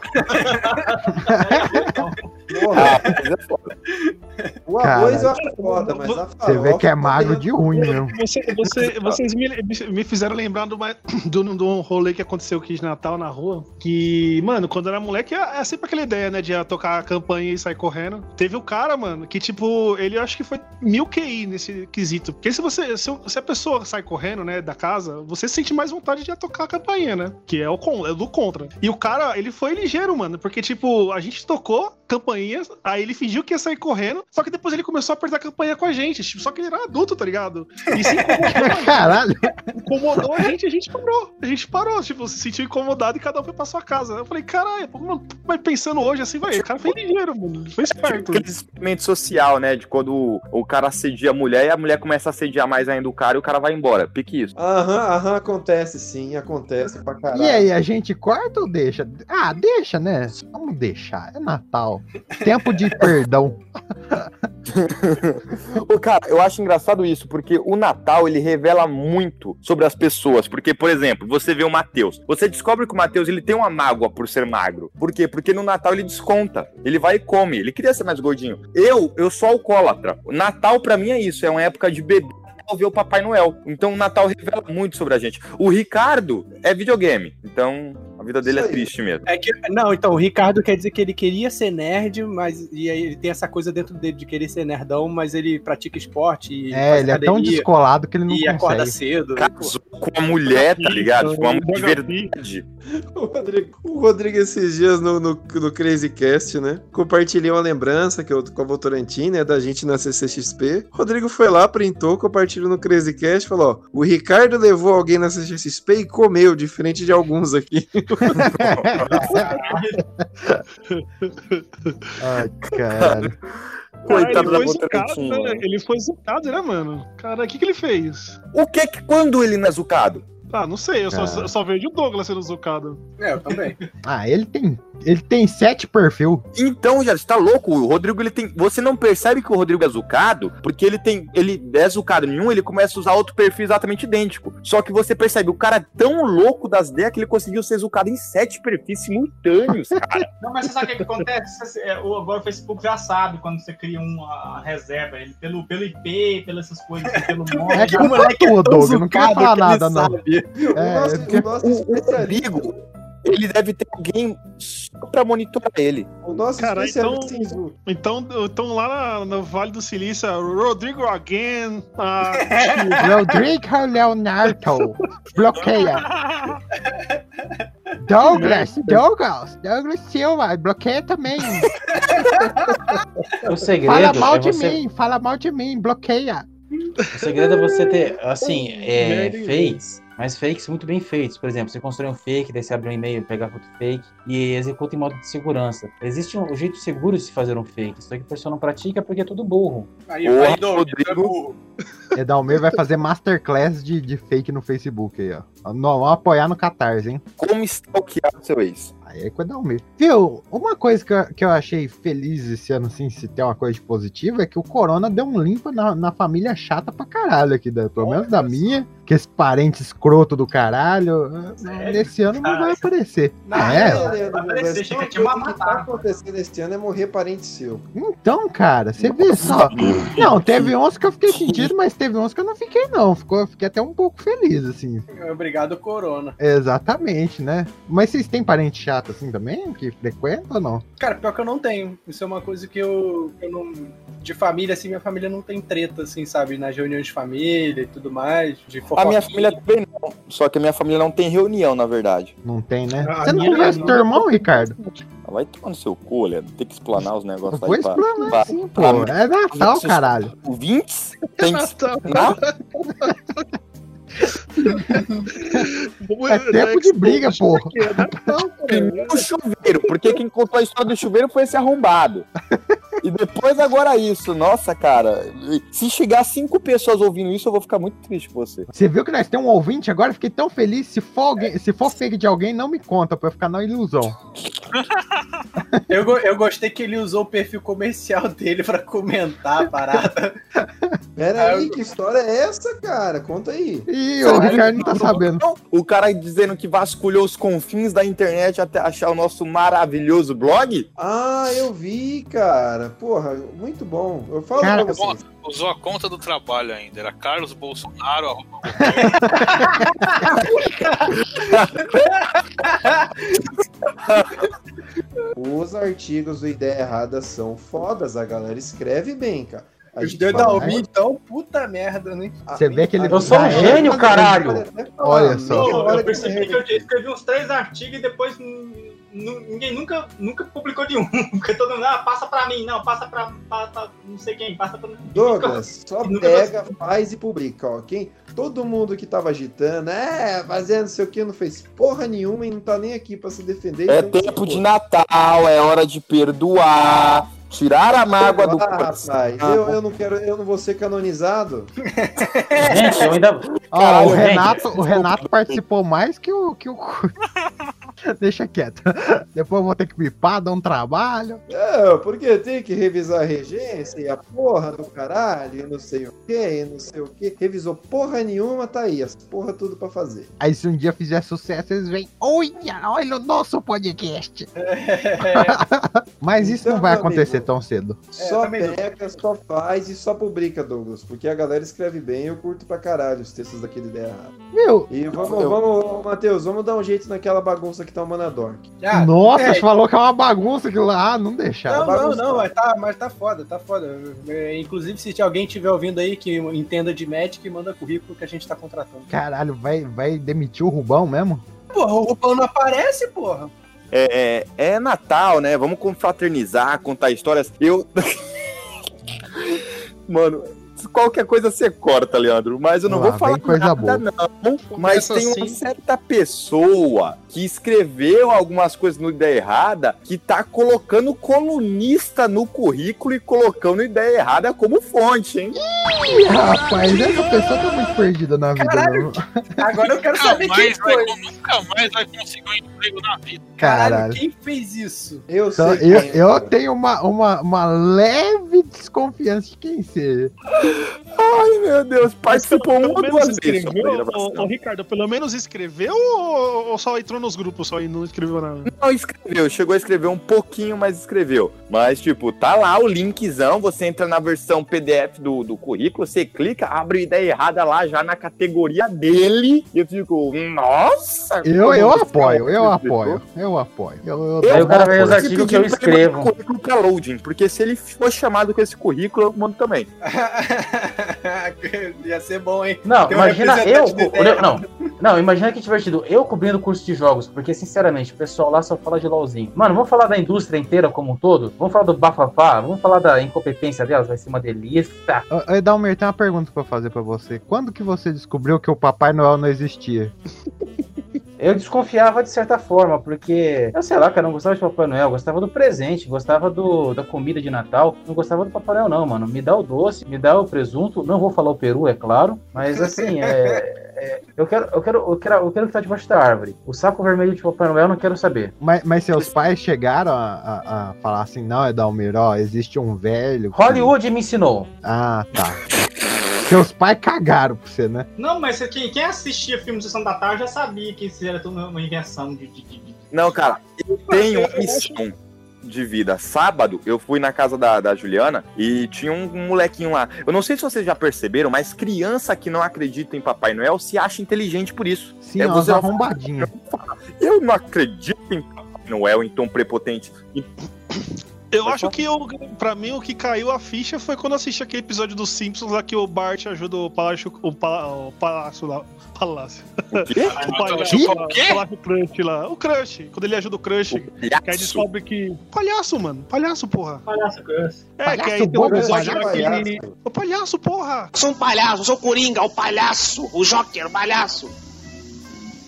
Porra, o arroz
Caralho.
eu acho foda, mas a farofa... tá
Você vê que é magro
também
de ruim mesmo.
Você- você- vocês me, me fizeram lembrar de, uma, [COUGHS] de um- de um rolê que aconteceu aqui de Natal na rua. Que, mano, quando eu era moleque, é, é sempre aquela ideia, né? De ah, tocar a campanha e sair correndo. Teve o cara, mano, que, tipo, ele eu acho que foi mil QI nesse quesito. Porque se você. Se, o- se a pessoa sai correndo, né, da casa, você sente mais vontade de tocar a campainha, né? Que é o, con- é do contra. E o cara, ele foi ligeiro, mano. Porque, tipo, a gente tocou campainha, aí ele fingiu que ia sair correndo, só que depois ele começou a apertar a campainha com a gente. Tipo, só que ele era adulto, tá ligado? E se
[LAUGHS] Caralho.
incomodou a gente, a gente parou. A gente parou, tipo, se sentiu incomodado e cada um foi pra sua casa. Eu falei, caralho, pô, mano, mas pensando hoje assim, vai, o cara foi ligeiro, mano. Foi esperto.
Aquele experimento social, né? De quando o- o cara assedia a mulher e a mulher começa a assediar mais ainda o cara e o cara vai embora. Pique isso.
Aham, aham, acontece sim, acontece pra caralho.
E é aí, a gente corta ou deixa?
[LAUGHS]
Ah, deixa, né? Vamos deixar. É Natal. Tempo de perdão.
Ô, cara, eu acho engraçado isso, porque o Natal ele revela muito sobre as pessoas. Porque, por exemplo, você vê o Matheus. Você descobre que o Matheus ele tem uma mágoa por ser magro. Por quê? Porque no Natal ele desconta. Ele vai e come. Ele queria ser mais gordinho. Eu, eu sou alcoólatra. O Natal pra mim é isso, é uma época de bebê ao ver o Papai Noel. Então o Natal revela muito sobre a gente. O Ricardo é videogame. Então a vida dele é triste mesmo.
É que, não, então, o Ricardo quer dizer que ele queria ser nerd, mas e aí ele tem essa coisa dentro dele de querer ser nerdão, mas ele pratica esporte e
É,
faz
ele é tão
academia
descolado que ele não
e acorda
consegue.
cedo.
Casou com a mulher, tá ligado? Com a mulher de verdade.
O Rodrigo, o Rodrigo esses dias no, no, no CrazyCast, né? Compartilhei uma lembrança que eu, com a Votorantim, né? Da gente na CCXP. O Rodrigo foi lá, printou, compartilhou no CrazyCast e falou: ó, o Ricardo levou alguém na CCXP e comeu, diferente de alguns aqui.
Ai, cara.
Coitado da
ele
assim,
foi
Votorantim,
zucado, né?
mano.
Ele foi zucado, né, mano? Cara, o que, que ele fez?
O que que quando ele não é zucado?
Ah, não sei, eu só,
Ah.
só vejo o Douglas sendo zucado.
É, eu também. [LAUGHS]
Ah, ele tem. Ele tem sete perfil.
Então, já está louco? O Rodrigo ele tem. Você não percebe que o Rodrigo é zucado, porque ele tem. Ele é zucado em um, ele começa a usar outro perfil exatamente idêntico. Só que você percebe, o cara é tão louco das ideias que ele conseguiu ser zucado em sete perfis simultâneos, cara.
Não, mas você sabe o que acontece? Você- é, o- Agora o Facebook já sabe quando você cria uma reserva, ele pelo, pelo IP, pelas essas coisas,
[LAUGHS]
pelo nome.
É que
já-
o moleque é
tão
Doug, não queria
zucado que
falar
ele
nada, não.
sabe.
[LAUGHS] É,
nosso-
é porque-
nosso
O, o Rodrigo, ele deve ter alguém só pra monitorar ele.
O nosso
Cara,
especialista em Zoom.
Então, então lá na- no Vale do Silício, Rodrigo again. Ah,
[LAUGHS]
[LAUGHS]
Rodrigo Leonardo. Bloqueia. Douglas,
[LAUGHS]
Douglas, Douglas Silva, bloqueia também.
O segredo
Fala mal
é
de
você,
mim, fala mal de mim, bloqueia.
o segredo é você ter, assim, é,
Merda em
fakes, mas fakes muito bem feitos. Por exemplo, você constrói um fake, daí você abre um e-mail, pega a foto fake e executa em modo de segurança. Existe um jeito seguro de se fazer um fake, só que a pessoa não pratica porque é tudo burro.
Aí,
Porra,
aí Doug, tu é
Rodrigo.
burro.
Edalmir É, vai fazer masterclass de, de fake no Facebook aí, ó. Não, vamos apoiar no Catarse, hein?
Como stalkear o seu ex?
Aí é com o Edalmir. Viu, uma coisa que eu, que eu achei feliz esse ano, assim, se tem uma coisa de positiva, é que o Corona deu um limpo na, na família chata pra caralho aqui, da, pelo menos da minha, que esse parente escroto do caralho,
Sério?
nesse ano não vai aparecer. Ah, é?
Aparecer,
Só
chega,
uma
tinha uma
coisa que tá
matada.
acontecendo este ano é morrer parente seu.
Então, cara, você vê só. Não, teve uns que eu fiquei sentido, mas teve uns que eu não fiquei, não. Ficou, eu fiquei até um pouco feliz, assim.
Obrigado, Corona.
Exatamente, né? Mas vocês têm parente chato assim também? Que frequenta ou não?
Cara, pior que eu não tenho. Isso é uma coisa que eu, que eu não. De família, assim, minha família não tem treta, assim, sabe? Nas reuniões de família e tudo mais. De
A minha
fofoquinha.
família também não. Só que a minha família não tem reunião, na verdade.
Não tem, né?
Ah,
Você não
minha
conversa com teu irmão, Ricardo?
Vai tomar no seu cu, Leandro. Tem que explanar os negócios
Vou
aí pra.
explanar
pra-
sim, pô.
pra-
É Natal,
pra-
caralho.
ouvintes? Tem que
Natal.
explanar?
É
né,
tempo de briga, porra.
Primeiro o chuveiro, porque quem contou a história do chuveiro foi esse arrombado. E depois agora isso. Nossa, cara. Se chegar cinco pessoas ouvindo isso, eu vou ficar muito triste com você.
Você viu que nós temos um ouvinte agora? Fiquei tão feliz. Se for, alguém, se for fake de alguém, não me conta, pra eu ficar na ilusão.
Eu, go- eu gostei que ele usou o perfil comercial [LAUGHS] dele pra comentar a parada.
Pera
Ah,
aí,
eu-
que história é essa, cara? Conta aí.
Ih, o Ricardo não tá sabendo.
Não, o cara dizendo que vasculhou os confins da internet até achar o nosso maravilhoso blog?
Ah, eu vi, cara. Porra, muito bom. Eu falo
Cara,
pra vocês.
assim.
Usou a conta do trabalho ainda. Era Carlos Bolsonaro. arroba-
Os artigos do Ideia Errada são fodas. A galera escreve bem, cara. A
Os
gente
dois da
fala, né?
Almi, então, puta merda, né?
a-
Você vê que ele-
a-
Eu sou um
a-
gênio,
a-
caralho!
a- até falar,
Olha
né? meia
só.
hora
Eu,
que
eu percebi que
você-
eu escrevi uns três artigos e depois hum, nu- ninguém nunca, nunca publicou nenhum. [LAUGHS] Porque todo mundo, ah, passa pra mim, não, passa pra, passa- não sei quem, passa pra.
Douglas, só
Nunca-
pega, faz e publica, ó. Quem, todo mundo que tava agitando, é, fazendo não sei o que, não fez porra nenhuma e não tá nem aqui pra se defender.
É
então,
tempo
pô,
de Natal, é hora de perdoar, tirar a mágoa do
ah,
coração.
rapaz, eu, eu não quero, eu não vou ser canonizado.
Gente, eu ainda.
Ó,
Caralho,
o,
gente.
Renato, o Renato participou mais que o, que o [LAUGHS] Deixa quieto. Depois eu vou ter que pipar, dar um trabalho.
É, porque tem que revisar a regência e a porra do caralho, e não sei o que, e não sei o que. Revisou porra nenhuma, tá aí, as porra tudo pra fazer.
Aí se um dia fizer sucesso, eles vêm. Olha, olha o nosso
[LAUGHS]
podcast. Mas isso
Então,
não vai
meu
acontecer
amigo.
tão cedo.
só pega, só faz e só publica, Douglas. Porque a galera escreve bem e eu curto pra caralho os textos daquele ideia errada.
Meu,
E vamos,
eu-
vamos, Matheus, vamos dar um jeito naquela bagunça que tá o Manadork.
Nossa, falou que é uma bagunça aquilo lá. Ah, não deixaram.
Não,
Então-
não, não, mas tá, mas tá foda, tá foda. É, inclusive, se alguém estiver ouvindo aí que entenda de Magic, manda currículo que a gente tá contratando.
Caralho, vai, vai demitir o Rubão mesmo?
Porra, o Rupão não aparece, porra.
É, é, é Natal, né? Vamos confraternizar, contar histórias. Eu. [LAUGHS] Mano, qualquer coisa você corta, Leandro. Mas eu não
Vamos
vou
lá,
falar
vem coisa boa.
não. Mas
Começa
tem uma
assim.
certa pessoa que escreveu algumas coisas no Ideia Errada que tá colocando colunista no currículo e colocando Ideia Errada como fonte, hein?
Ih, rapaz, essa pessoa tá muito perdida na vida. Caralho,
Agora eu quero
Nunca
saber quem
mais, vai,
foi.
nunca mais vai conseguir um emprego na vida.
Caralho.
Quem fez isso?
Eu
Então,
sei.
eu,
quem é,
eu
cara.
tenho uma, uma, uma leve desconfiança de quem seja.
Ai, meu Deus, participou uma ou duas vezes. só pra ele
escreveu,
abraçar.
ô, ô, Ricardo, pelo menos escreveu ou, ou só entrou nos grupos só e não escreveu nada?
Não, escreveu, chegou a escrever um pouquinho, mas escreveu. Mas, tipo, tá lá o linkzão, você entra na versão PDF do, do currículo, você clica, abre ideia errada lá já na categoria dele, e eu fico, nossa!
Eu,
como
eu
esse
apoio,
cara
eu
é um
apoio,
escritor.
eu apoio. Eu, eu,
Aí o cara
apoio.
vê os
Se
artigos que eu
pedir pra ele mandar
escrevo.
currículo pra loading, porque se ele for chamado com esse currículo, eu mando também.
é.
[LAUGHS] Ia ser bom, hein?
Não,
Tem um
imagina eu.
representante do
olha-
DDR.
Não, não, imagina que divertido. Eu cobrindo curso de jogos, porque sinceramente, o pessoal lá só fala de LOLzinho. Mano, vamos falar da indústria inteira como um todo? Vamos falar do bafafá? Vamos falar da incompetência delas? Vai ser uma delícia.
Ô, ô, Edalmer, tem uma pergunta pra fazer pra você. Quando que você descobriu que o Papai Noel não existia?
Eu desconfiava de certa forma, porque É, eu sei lá, cara, eu não gostava de Papai Noel, eu gostava do presente, gostava do, da comida de Natal, não gostava do Papai Noel, não, mano. Me dá o doce, me dá o presunto, não vou falar o peru, é claro, mas assim, é. é, eu, quero, eu, quero, eu, quero, eu quero que tá debaixo da árvore. O saco vermelho de Papai Noel eu não quero saber.
Mas, mas seus pais chegaram a, a- a falar assim, não, Edalmer, ó, existe um velho. que-"
Hollywood me ensinou.
Ah, tá. seus pais cagaram pra você, né?
Não, mas quem, quem assistia filme Sessão da Tarde já sabia que isso era tudo uma uma invenção de. de, de- de-
Não, cara, eu tenho uma missão de vida. Sábado, eu fui na casa da, da Juliana e tinha um molequinho lá. Eu não sei se vocês já perceberam, mas criança que não acredita em Papai Noel se acha inteligente por isso.
Sim, ó, uns
vai
arrombadinhos.
falar, Eu não acredito em Papai Noel, em tom prepotente. E-
Eu acho que eu, pra mim o que caiu a ficha foi quando eu assisti aquele episódio dos Simpsons lá que o Bart ajuda o Palácio. O, pala, o Palácio lá. Palácio.
O quê?
O palhaço,
Ih?
o Palácio Crush lá. O Crush, quando ele ajuda o Crush. Que aí
Palhaço.
descobre que. Palhaço, mano. Palhaço, porra.
Palhaço Gus.
É,
Palhaço
que aí tem um
bobo,
episódio lá que
palhaço.
ele. O palhaço, porra!
Sou um palhaço, sou o Coringa, o palhaço, o Joker, o palhaço.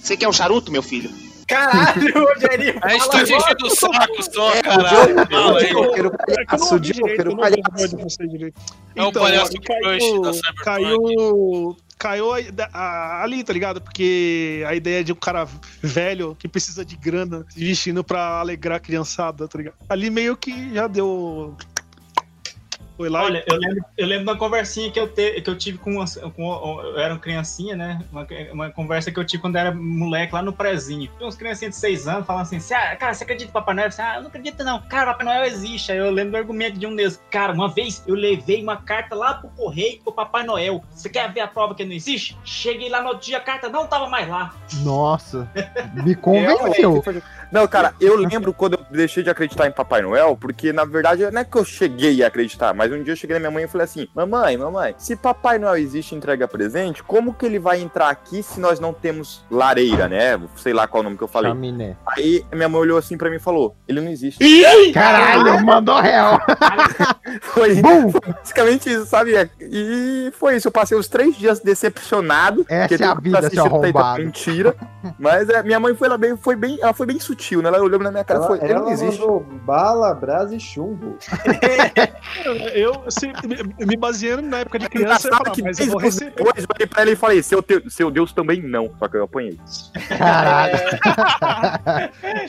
Você quer um charuto, meu filho?
Caralho, Rogerinho.
A gente tá te enchendo o saco só,
É, eu-
caralho.
é
Fala
tipo,
aí.
Eu quero palhaço,
ouvi
Diogo, eu
é direito,
quero
eu não ouvi
palhaço.
de você direito.
É o
Então,
palhaço
ó,
crush da
caiu,
Cyberpunk.
caiu, caiu aí da- a- ali, tá ligado? Porque a ideia de um cara velho que precisa de grana se vestindo pra alegrar a criançada, tá ligado? Ali meio que já deu. Foi lá.
Olha, eu lembro, eu lembro de uma conversinha que eu, te- que eu tive com, uma- com uma- eu era uma criancinha, né? Uma, uma conversa que eu tive quando era moleque lá no prezinho. Tinha uns criancinhas de seis anos falando assim, "Cê- ah, cara, você acredita em Papai Noel? Eu disse, ah, eu não acredito não. Cara, Papai Noel existe. Aí eu lembro do argumento de um deles. Cara, uma vez eu levei uma carta lá pro correio pro Papai Noel. Você quer ver a prova que não existe? Cheguei lá no outro dia, a carta não tava mais lá.
Nossa, me convenceu.
Não, cara, eu lembro quando eu deixei de acreditar em Papai Noel, porque na verdade não é que eu cheguei a acreditar, mas um dia eu cheguei na minha mãe e falei assim: Mamãe, mamãe, se Papai Noel existe e entrega presente, como que ele vai entrar aqui se nós não temos lareira, né? Sei lá qual o nome que eu falei.
Chaminé.
Aí minha mãe olhou assim pra mim e falou: Ele não existe.
Caralho, mandou real.
[LAUGHS] Foi,
Bum!
foi basicamente isso, sabe? E foi isso. Eu passei os três dias decepcionado.
Essa
porque
é a
tudo que
vida,
eu assisti
seu
tá aí, tá
arrombado.
Mentira. Mas é, minha mãe foi, ela bem, foi bem. Ela foi bem sutil, né? Ela olhou na minha cara e
Ela-
foi.
ela
não
Ela
existe.
mandou bala, brasa e chumbo.
Eu se- me- me baseando na época de
tá
criança, é eu falava,
que
mas eu
mesmo
vou
depois
receber.
eu olhei pra ela e falei, seu, teu- seu Deus também não. Só que eu apanhei. É.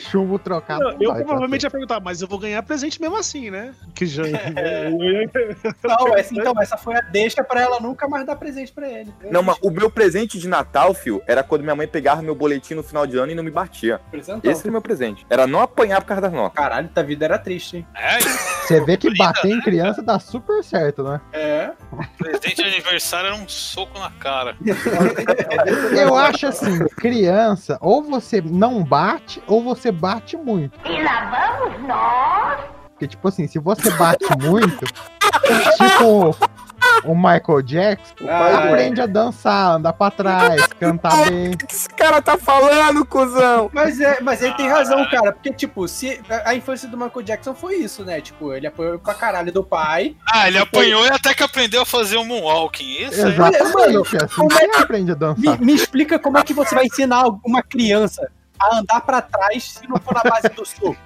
[LAUGHS] Chumbo trocado.
Não, Eu
Vai,
provavelmente ia perguntar, mas eu vou ganhar presente mesmo assim, né? Que [LAUGHS] já.
Não, essa, então, essa foi a deixa pra ela nunca mais dar presente pra ele.
Não, mas o meu presente de Natal, fio, era quando minha mãe pegava meu boletim no final de ano e não me batia.
Presentão.
Esse era o meu presente. Era não apanhar por causa das notas.
Caralho, tua vida era triste, hein?
É
tá Você vê que bater em criança dá super certo, né?
É.
Presente de aniversário era um soco na cara.
Eu acho assim, criança, ou você não bate, ou você bate muito.
E lá vamos nós.
Porque, tipo assim, se você bate muito, tipo o Michael Jackson,
Ah, é.
aprende a dançar, andar pra trás, cantar bem.
Esse cara tá falando, cuzão!
Mas, é, mas ele tem razão, cara. Porque, tipo, se a- a infância do Michael Jackson foi isso, né? Tipo, ele apanhou pra caralho do pai.
Ah, ele apanhou e até que aprendeu a fazer um moonwalking. Isso aí.
Exatamente, é assim
como
que
é que-
aprende
[LAUGHS]
a dançar.
Me explica como é que você vai ensinar uma criança a andar pra trás se não for na base do soco.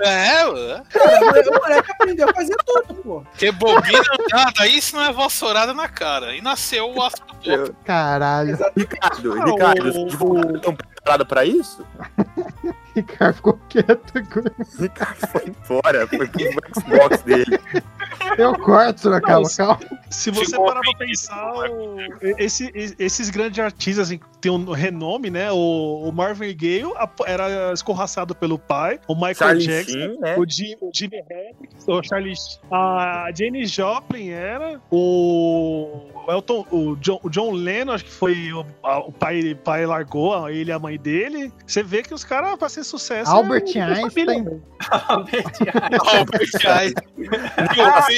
É, ué.
Cara, o moleque aprendeu a fazer tudo, pô.
ter bobina nada, isso não é vassourada na cara. E nasceu o astro do porco.
Caralho,
Ricardo,
Ah,
Ricardo, os advogados estão preparados pra isso?
o cara ficou quieto. agora.
Foi embora, foi pro Xbox dele.
Eu corto, Sorocaba,
Não, se-
calma.
Se você
Ficou né?
parar pra pensar, o- esse- esses grandes artistas assim, que têm um renome, né? O, o Marvin Gaye ap- era escorraçado pelo pai, o Michael
Charlie
Jackson,
Sheen, né?
o, Jim, o Jimi Hendrix, o Charlie Sheen, a Jenny Joplin era, o Elton, o John, o John Lennon, acho que foi o, a- o pai, pai largou ele e a mãe dele. Você vê que os caras, pra ser sucesso,
Albert
é uma família.
Einstein.
Albert Einstein.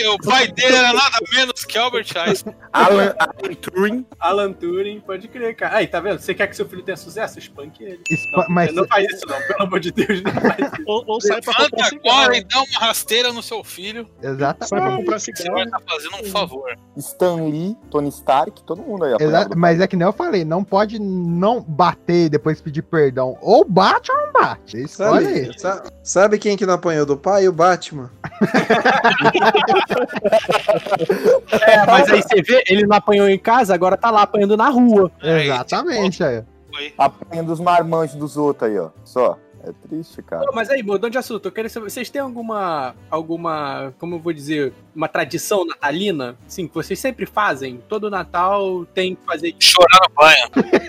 O, o pai dele era nada menos que Albert Einstein.
Alan, Alan Turing.
Alan Turing, pode crer, cara. Aí, tá vendo? Você quer que seu filho tenha sucesso? Espanque ele.
Espa-
Não,
mas-
não faz isso, não. Pelo amor de Deus, né? não faz isso.
Ou, ou sai pra
Levanta
comprar
agora e
cigarro.
dá uma rasteira no seu filho.
Sai pra
Exatamente.
comprar
Você
cigarro.
vai estar fazendo um favor.
Stan Lee, Tony Stark, todo mundo aí.
Exa-
apanhava.
mas é que nem eu falei, não pode não bater e depois pedir perdão. Ou bate ou não bate. Escolhe aí.
Sabe, sa- sabe quem que não apanhou do pai? O Batman.
É, mas aí você vê, ele não apanhou em casa, agora tá lá apanhando na rua.
Exatamente, aí.
Apanha dos marmanjos dos outros aí, ó. Só. É triste, cara.
Pô, mas aí, mudando de assunto, eu quero saber, vocês têm alguma, alguma, como eu vou dizer, uma tradição natalina? Sim, que vocês sempre fazem? Todo Natal tem que fazer isso.
Chorar na banha.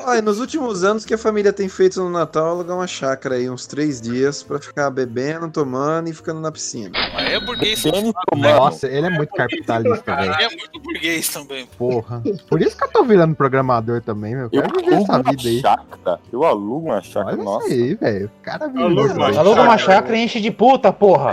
Olha, nos últimos anos que a família tem feito no Natal, é alugar uma chácara aí, uns três dias, pra ficar bebendo, tomando e ficando na piscina.
Mas é burguês.
Benny tomando.
Nossa, ele é muito capitalista, velho.
Ele é muito burguês também.
Porra. Por isso que eu tô virando programador também, meu. Eu
Eu
quero viver
alugo
essa
uma
vida aí.
chácara. Eu alugo uma chácara,
Olha
nossa.
isso aí, velho. O cara vive.
Aluga uma
velho.
Aluga uma chácara e enche de puta, porra.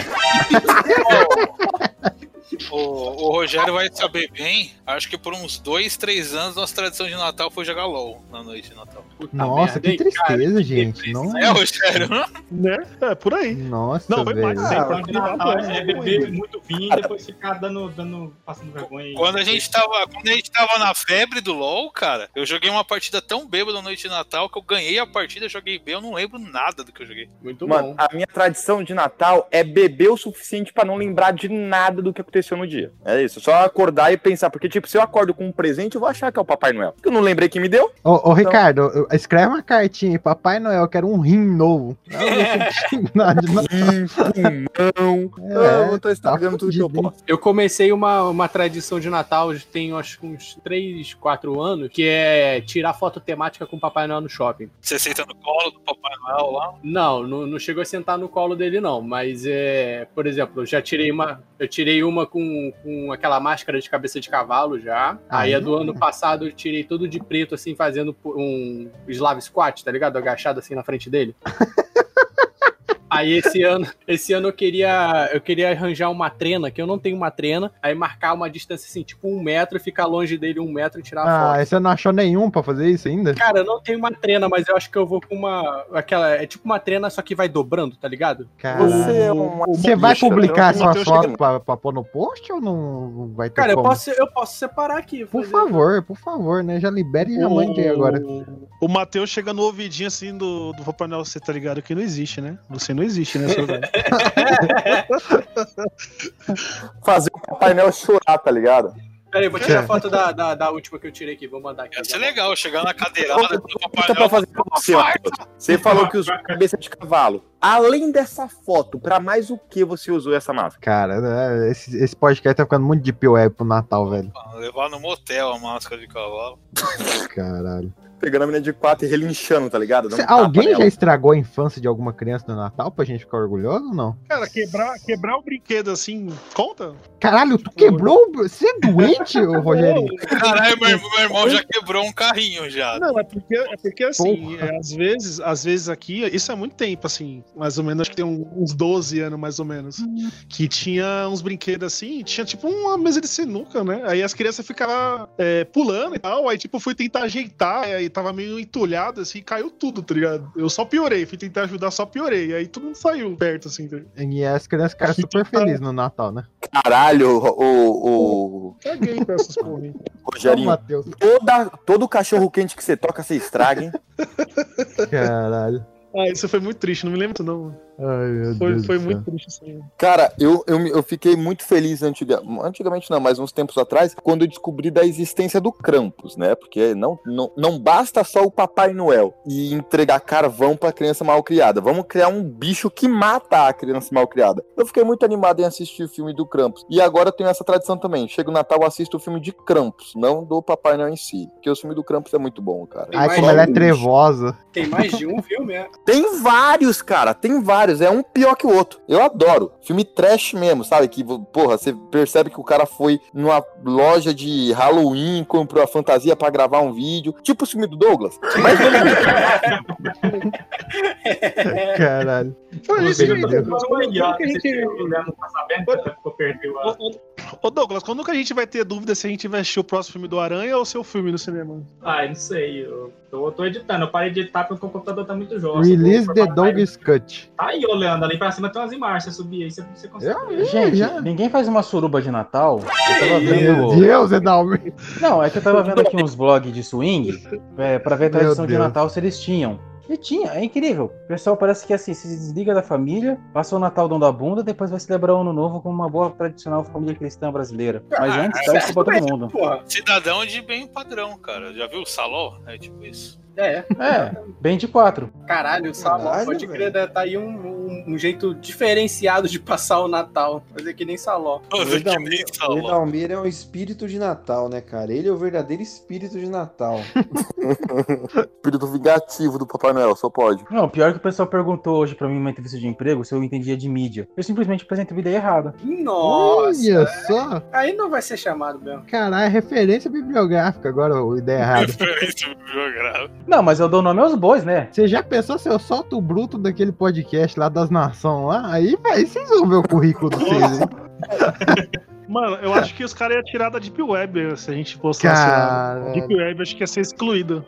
O, o Rogério vai saber bem. Acho que por uns dois, três anos, nossa tradição de Natal foi jogar LOL na noite de Natal.
Puta
Nossa,
merda,
que
hein?
tristeza, gente.
É,
Nossa,
Rogério?
Né? É, por aí.
nossa
Não, vai mais.
velho.
né? Tem
Ah,
pra virar
Natal
banho.
Então, é beber muito vinho e depois ficar dando, dando passando vergonha. aí.
Quando a gente tava, quando a gente tava na febre do LoL, cara, eu joguei uma partida tão bêbada na noite de Natal que eu ganhei a partida, eu joguei bem, eu não lembro nada do que eu joguei.
Muito
Mano,
bom.
a minha tradição de Natal é beber o suficiente pra não lembrar de nada do que aconteceu no dia. É isso, só acordar e pensar, porque tipo, se eu acordo com um presente, eu vou achar que é o Papai Noel. Porque eu não lembrei que
[LAUGHS]
me deu.
Ô, ô, Ricardo, eu- escreve uma cartinha aí. Papai Noel, eu quero um rim novo. Não, de- não,
Não.
Hum, É,
[LAUGHS] eu tô estragando
tá
tudo que eu
fudido, hein?
posso.
Eu comecei uma, uma tradição de Natal, já tem acho que uns 3, 4 anos, que é tirar foto temática com o Papai Noel no shopping.
Você senta no colo do Papai Noel lá.
Não, não, não chegou a sentar no colo dele, não. Mas é, por exemplo, eu já tirei uma. Eu tirei uma com, com aquela máscara de cabeça de cavalo já. Aí a do ano passado eu tirei todo de preto, assim, fazendo um Slav Squat, tá ligado? Agachado assim na frente dele. Aí esse ano, esse ano eu queria, eu queria arranjar uma trena, que eu não tenho uma trena, aí marcar uma distância assim, tipo um metro, e ficar longe dele um metro e tirar a
Ah,
foto.
aí você não achou nenhum pra fazer isso ainda?
Cara, eu não tenho uma trena, mas eu acho que eu vou com uma. Aquela. É tipo uma trena, só que vai dobrando, tá ligado?
Caralho. Você é
um
Você vai publicar sua foto pra, pra pôr no post ou não vai ter
Cara, eu
como?
posso, eu posso separar aqui.
Por favor, por favor, né? Já libere e já mande aí agora.
O Matheus chega no ouvidinho assim do, do Papai Noel, você tá ligado que não existe, né? Você não existe, né, [LAUGHS] seu velho?
Fazer o Papai Noel chorar, tá ligado?
Peraí, vou tirar a
É.
foto da, da, da última que eu tirei aqui, vou mandar aqui.
Isso é legal, chegar na cadeirada do Papai
Pergunta Então, pra fazer pra você, Matheus. Você falou que usou cabeça de cavalo. Além dessa foto, pra mais o que você usou essa máscara?
Cara, né, esse, esse podcast tá ficando muito de web pro Natal, velho.
Noel. Levar no motel a máscara de cavalo.
Caralho.
Pegando a menina de quatro e relinchando, tá ligado? Dando
Cê-
um tapa
alguém
nela.
já estragou a infância de alguma criança no Natal pra gente ficar orgulhoso ou não?
Cara, quebrar, quebrar o brinquedo assim, conta?
Caralho, tu quebrou? o- Você é doente, ô Rogerinho?
Caralho, meu, irmão- meu irmão já quebrou um carrinho já.
Não, é porque, é porque assim, é, às vezes, às vezes aqui, isso é muito tempo, assim, mais ou menos, acho que tem um- uns 12 anos, mais ou menos. Que tinha uns brinquedos assim, tinha tipo uma mesa de sinuca, né? Aí as crianças ficavam é, pulando e tal, aí tipo, fui tentar ajeitar, aí tava meio entulhado, assim, caiu tudo, tá ligado? Eu só piorei, fui tentar ajudar, só piorei. Aí todo mundo saiu perto, assim, tá ligado?
E as crianças ficaram super felizes no Natal, né?
Caralho, o. o...
Caguei
[LAUGHS]
pra essas porra, hein?
Rogerinho, toda, todo cachorro quente que você toca, você estraga, hein?
Caralho.
Ah, isso foi muito triste, não me lembro, não.
Ai, meu
Foi,
Deus.
foi
do
muito
céu.
triste assim. isso aí.
Cara, eu, eu, me- eu fiquei muito feliz antiga, antigamente, não, mas uns tempos atrás, quando eu descobri da existência do Krampus, né? Porque não, não, não basta só o Papai Noel e entregar carvão pra criança mal criada. Vamos criar um bicho que mata a criança mal criada. Eu fiquei muito animado em assistir o filme do Krampus. E agora eu tenho essa tradição também. Chega o Natal, eu assisto o filme de Krampus, não do Papai Noel em si. Porque o filme do Krampus é muito bom, cara.
Ai, como ela é trevosa.
Tem mais de um filme, é?
Tem vários, cara, tem vários. É um pior que o outro. Eu adoro. Filme trash mesmo, sabe? Que, porra, você percebe que o cara foi numa loja de Halloween, comprou a fantasia pra gravar um vídeo. Tipo o filme do Douglas. Mas é um
Caralho.
Foi isso,
Meu
gente.
Deus.
Quando que a gente-
um né, Ô,
ô, ô, Douglas, quando que a gente vai ter dúvida se a gente vai assistir o próximo filme do Aranha ou o seu filme no cinema?
Ah, eu não sei. Eu tô, eu tô editando. Eu parei de editar porque o computador tá muito jovem.
Release the Dog's Cut.
Tá aí, ô Leandro. Ali pra cima tem umas imagens. Você subir aí, você, você
É,
consegue.
Gente, ninguém faz uma suruba de Natal. Eu tava
Meu
vendo.
Deus, Edalmi.
Não, é que eu tava vendo aqui
[LAUGHS]
uns blogs de swing é, pra ver a
Meu
tradição de
Deus.
Natal se eles tinham. E tinha, é incrível. O pessoal parece que assim, se desliga da família, passa o Natal dando a bunda, depois vai celebrar o ano novo com uma boa tradicional família cristã brasileira.
Ah,
Mas antes tá dá isso pra todo
[LAUGHS]
mundo.
Cidadão de bem padrão, cara. Já viu o Saló? É tipo isso.
É.
É, bem de quatro.
Caralho, o Saló,
Caralho,
pode crer, né? tá aí um, um, um jeito diferenciado de passar o Natal. Fazer que nem Saló.
O Edalmir, o Edalmir é um espírito de Natal, né, cara? Ele é o verdadeiro espírito de Natal.
Espírito vingativo do Papai Noel, só pode.
Não, pior que o pessoal perguntou hoje pra mim numa entrevista de emprego se eu entendia de mídia. Eu simplesmente apresentei uma ideia errada.
Nossa!
Olha só.
Aí não vai ser chamado mesmo.
Caralho, é referência bibliográfica agora, o ideia errada.
[LAUGHS]
Não, mas eu dou nome aos bois, né?
Você já pensou se eu solto o bruto daquele podcast lá das nações lá? Aí, aí vocês vão ver o currículo do vocês, hein?
Mano, eu acho que os caras iam tirar da Deep Web se a gente postasse.
Cara.
lá. Deep Web acho que ia ser excluído.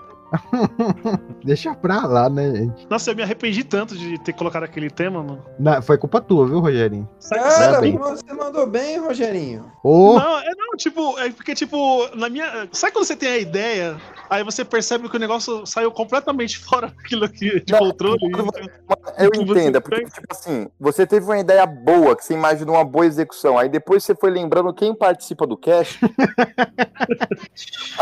Deixa pra lá, né, gente?
Nossa, eu me arrependi tanto de ter colocado aquele tema, mano.
Na- foi culpa tua, viu, Rogerinho?
Cara,
Parabéns.
você mandou bem, Rogerinho.
Ô,
Não, é não, tipo, é porque, tipo, na minha. Sabe quando você tem a ideia, aí você percebe que o negócio saiu completamente [LAUGHS] fora daquilo que de controle? Então,
Eu entendo, é porque, tipo assim, você teve uma ideia boa, que você imaginou uma boa execução, aí depois você foi lembrando quem participa
[LAUGHS]
do cast.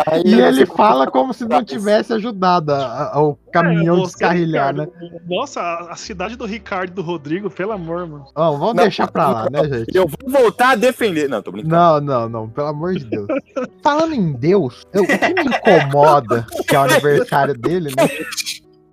Aí
e ele
você-
fala como se não tivesse ajudado a- a- o caminhão
é, você,
descarrilhar, né?
Ricardo. Nossa, a- a cidade do Ricardo e do Rodrigo, pelo amor, mano.
Ó, vamos
Não,
deixar pra lá, né, gente?
Eu vou voltar a defender. Não, tô brincando.
Não, não, não, pelo amor de Deus. Falando em Deus, eu- o que me incomoda, que é o aniversário dele, né?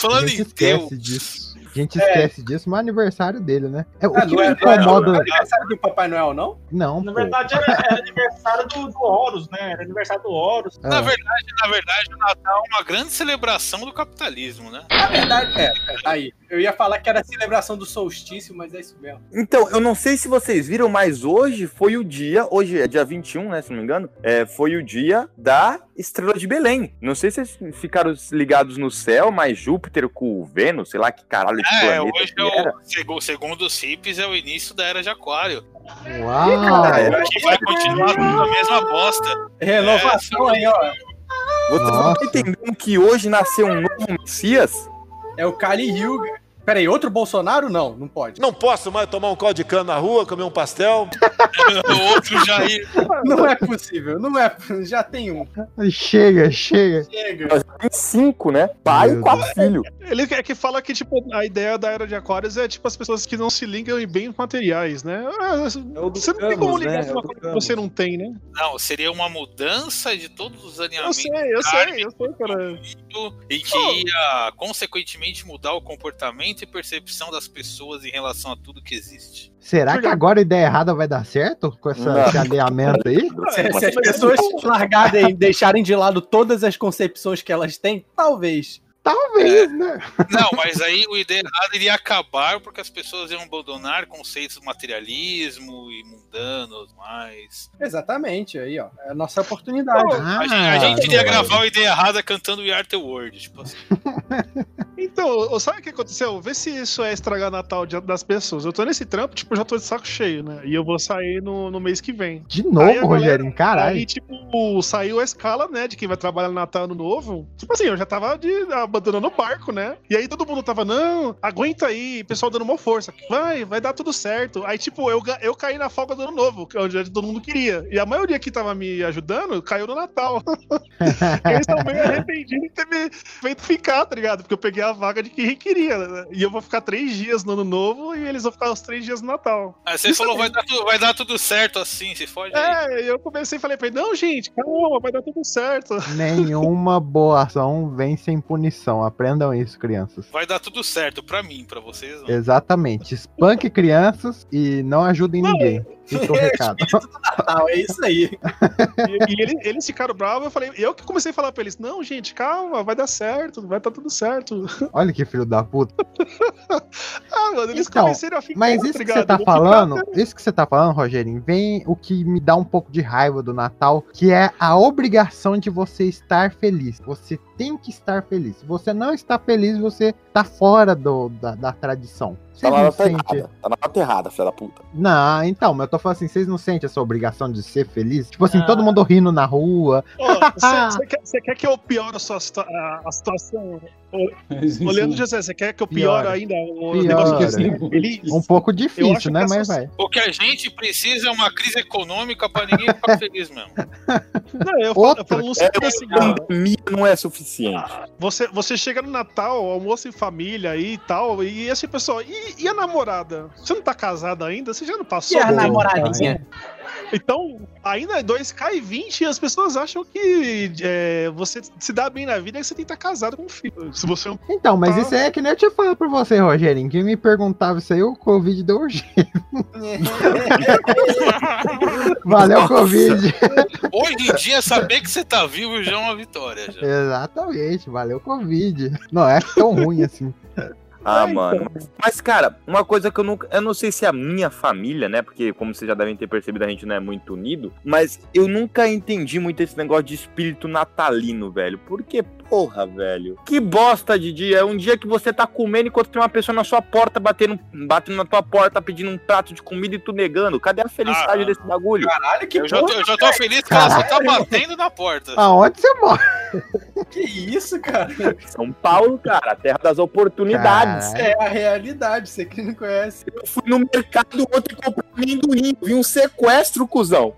Falando
em Deus. Esquece disso. A gente esquece disso, mas é aniversário dele, né? É, o
Ah,
que
não
me
é- não é
incomoda.
aniversário do Papai Noel, não?
Não,
Na
pô.
verdade, era, era aniversário do, do Horus, né? Era aniversário do Horus.
Ah.
Na verdade, na verdade, o Natal é uma grande celebração do capitalismo, né?
Na verdade, é. Aí, eu ia falar que era a celebração do solstício, mas é isso mesmo.
Então, eu não sei se vocês viram, mas hoje foi o dia, hoje é dia 21, né, se não me engano, é, foi o dia da Estrela de Belém. Não sei se vocês ficaram ligados no céu, mas Júpiter com o Vênus, sei lá que caralho de
É,
planeta
hoje
que
é
era.
o, segu- segundo os hippies, é o início da era de aquário.
Uau!
Que vai continuar tudo a
é.
mesma bosta. [LAUGHS]
Renovação aí, ó.
Vocês não estão entendendo que hoje nasceu um novo Messias?
É o Kali Yuga. Peraí, outro Bolsonaro? Não, não pode.
Não posso mais tomar um caldo de cana na rua, comer um pastel.
o outro já ia.
Não é possível, não é. Já tem um.
Chega, chega.
Chega.
Tem cinco, né? Pai
Meu
e quatro filhos.
Ele é que fala que, tipo, a ideia da era de Aquarius é, tipo, as pessoas que não se ligam em bens materiais, né? Ah,
É
Você não tem como
Camus,
ligar
né?
se
É o
uma
do
coisa que você não tem, né?
Não, seria uma mudança de todos os
Eu
alinhamentos
sei, eu sei, eu sei, cara.
e que ia, consequentemente, mudar o comportamento e percepção das pessoas em relação a tudo
[LAUGHS]
que existe.
Será que agora a ideia errada vai dar certo com essa,
Não.
esse alinhamento aí?
é
Se, se as pessoas largarem, deixarem de lado todas as concepções que elas têm, talvez.
Talvez, né?
Não, mas aí o ideia errada iria acabar porque as pessoas iam abandonar conceitos de materialismo e mundanos mais.
Exatamente, aí, ó. É a nossa oportunidade.
a gente,
Ah,
a gente iria gravar o ideia errada cantando We Are the World. Tipo assim.
Então, ô, sabe o que aconteceu? Vê se isso é estragar Natal de- das pessoas. Eu tô nesse trampo, tipo, eu já tô de saco cheio, né? E eu vou sair no, no mês que vem.
De novo,
Aí a galera-
Rogerinho, caralho.
Aí, tipo, saiu a escala, né, de quem vai trabalhar no Natal Ano Novo. Tipo assim, eu já tava de- abandonando o barco, né? E aí todo mundo tava, não, aguenta aí, pessoal dando uma força. Vai, vai dar tudo certo. Aí, tipo, eu, ga- eu caí na folga do Ano Novo, que é onde todo mundo queria. E a maioria que tava me ajudando caiu no Natal. Eles estão meio arrependidos de ter me feito ficar, tá ligado? Porque eu peguei a vaga de quem queria, né? E eu vou ficar três dias no Ano Novo e eles vão ficar os três dias no Natal.
Aí você falou, vai dar, tudo, vai dar tudo certo assim, se fode.
É, e eu comecei e falei pra ele, não, gente, calma, vai dar tudo certo.
Nenhuma boa ação vem sem punição. Aprendam isso, crianças.
Vai dar tudo certo pra mim, pra vocês.
É.
Não.
Exatamente. Espanque crianças e não ajudem ninguém. Fica o recado.
Natal, é isso aí.
E, e ele- eles ficaram bravos, eu falei, eu que comecei a falar pra eles, não, gente, calma, vai dar certo, vai dar tudo certo. [LAUGHS]
Olha que filho da puta.
Ah, mano, eles
Então,
começaram a ficar.
Mas isso que
ligado?
você tá
Eu ficar-
falando, isso que você tá falando, Rogerinho, vem o que me dá um pouco de raiva do Natal, que é a obrigação de você estar feliz. Você tem que estar feliz. Se você não está feliz, você tá fora do- da, da tradição.
Tá
Vocês
na
não
data
sentem.
errada. Tá na data errada, filha da puta.
Não, então, mas eu tô falando assim, vocês não sentem essa obrigação de ser feliz? Tipo assim, todo mundo rindo na rua. Ah.
Você quer, cê quer que eu piore a sua situa- a, a situação? Ô, ô, Leandro José, você quer que eu piore
Piora.
ainda o negócio
Piora. Um pouco difícil, né? Mas vai.
O que a gente precisa é uma crise econômica pra ninguém ficar feliz mesmo.
Não, eu falo, eu falo no sentido assim, cara.
É, pandemia não é suficiente.
Você, você chega no Natal, almoço em família aí e tal, e assim, pessoal, e, e a namorada? Você não tá casada ainda? Você já não passou?
E a
por-
namoradinha?
Então, ainda é 2K20 e as pessoas acham que é, você se dá bem na vida e você tem que estar casado com um filho. Se você é um
Então, mas isso é que nem eu tinha falado pra você, Rogerinho. Quem me perguntava isso aí, o Covid deu um
[LAUGHS]
jeito. Valeu,
Nossa.
Covid.
Hoje em dia, saber que você tá vivo já é uma vitória. Já.
Exatamente, valeu, Covid. Não é tão ruim assim.
Ah, mano. Mas, cara, uma coisa que eu nunca. Eu não sei se é a minha família, né? Porque, como vocês já devem ter percebido, a gente não é muito unido. Mas eu nunca entendi muito esse negócio de espírito natalino, velho. Porque, porra, velho. Que bosta de dia. É um dia que você tá comendo enquanto tem uma pessoa na sua porta batendo, batendo na tua porta, pedindo um prato de comida e tu negando. Cadê a felicidade desse bagulho?
Caralho, que
eu
Já tô- eu já tô feliz que ela só tá batendo na porta.
Ah,
Aonde você mora?
Que isso, cara?
São Paulo, cara, a terra das oportunidades.
É a realidade, você que não conhece.
Eu fui no mercado ontem comprar amendoim, vi um sequestro,
[LAUGHS]
cuzão.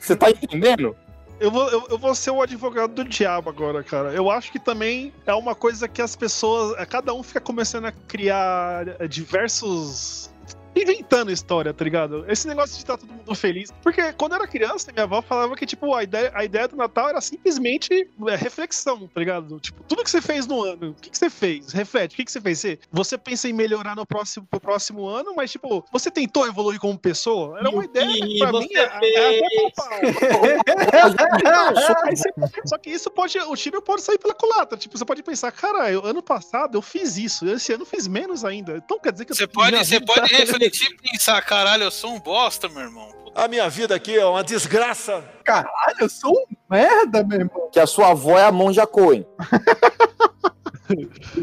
Você tá entendendo?
Eu vou, eu, eu vou ser o advogado do diabo agora, cara. Eu acho que também é uma é, coisa que as pessoas. Cada um fica começando a criar é, diversos. inventando história, tá ligado? Esse negócio de estar todo mundo feliz. Porque quando eu era criança, minha avó falava que, tipo, a ideia, a ideia do Natal era simplesmente é, reflexão, tá ligado? Tipo, tudo que você fez no ano, o que, que você fez? Reflete, o que, que você fez? Você, você pensa em melhorar no próximo, pro próximo ano, mas, tipo, você tentou evoluir como pessoa? Era uma ideia que, pra mim, é, é até palpável. Não, só, que- só que isso pode, o tiro pode sair pela culatra. Tipo, você pode pensar, cara, eu- ano passado eu fiz isso, esse ano eu fiz menos ainda. Então quer dizer que
Você pode, você
tá
pode refletir e pensar, caralho, eu sou um bosta, meu irmão.
A minha vida aqui é uma desgraça.
Caralho,
eu sou um
merda, meu irmão. Que a sua avó é a Monja Coen.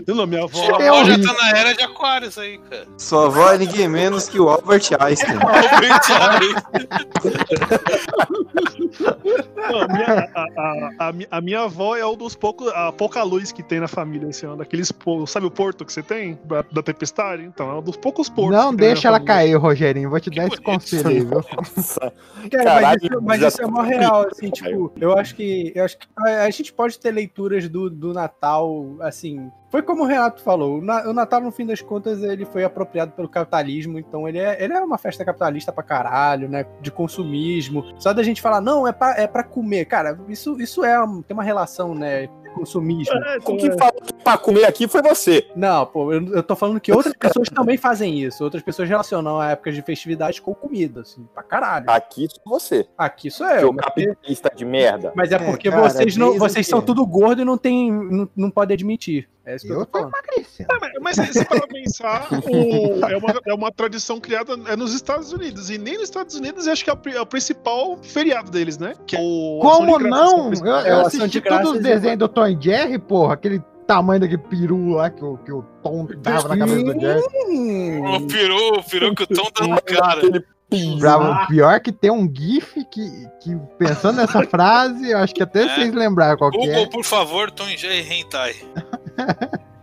Não, minha avó.
Sua avó já tá na era de Aquários aí,
[LAUGHS]
cara.
[LAUGHS] Sua avó é ninguém menos que o Albert Einstein.
Não, a, minha, a- a- a mi- a minha avó é um dos poucos. A pouca luz que tem na família esse ano. Daqueles, po- sabe o porto que você tem? Da, da tempestade? Então, é um dos poucos portos.
Não
que tem na
deixa ela
família.
cair, Rogerinho. Vou te dar esse conselho aí, viu?
Cara,
Caralho,
mas isso, mas
já-
isso é mó real, assim, tipo, eu acho que. Eu acho que a, a gente pode ter leituras do, do Natal, assim. Foi como o Renato falou, o Na- o Natal, no fim das contas, ele foi apropriado pelo capitalismo, então ele é, ele é uma festa capitalista pra caralho, né? De consumismo. Só da gente falar, não, é pra, é pra comer. Cara, isso, isso é, um- tem uma relação, né? Consumismo.
É, então,
O que falou que pra comer aqui foi você.
Não, pô, eu, eu tô falando que outras pessoas também fazem isso. Outras pessoas relacionam a épocas de festividades com comida, assim, pra caralho.
Aqui sou você.
Aqui é sou
É,
eu.
Seu
mas-
capitalista de merda.
Mas é porque vocês, não, vocês são tudo gordo e não, tem, não, não podem admitir. É isso que eu, tô falando.
Mas se você parar pra pensar, o- é, uma, é uma tradição criada é nos Estados Unidos. E nem nos Estados Unidos eu acho que é o, pri- é o principal feriado deles, né? Que é o Ação de
Como
Graças, que é o
não? Eu,
principal.
eu assisti todos os desenhos do Tom e Jerry, porra. Aquele tamanho daquele peru lá que o, que o Tom dava na cabeça do Jerry.
O peru, o peru que o Tom dá na cara.
Ah,
Bravo. Pior que tem um gif que, que pensando nessa frase, eu acho que até vocês lembraram qual que é.
Google, por favor, Tom e Jerry Hentai.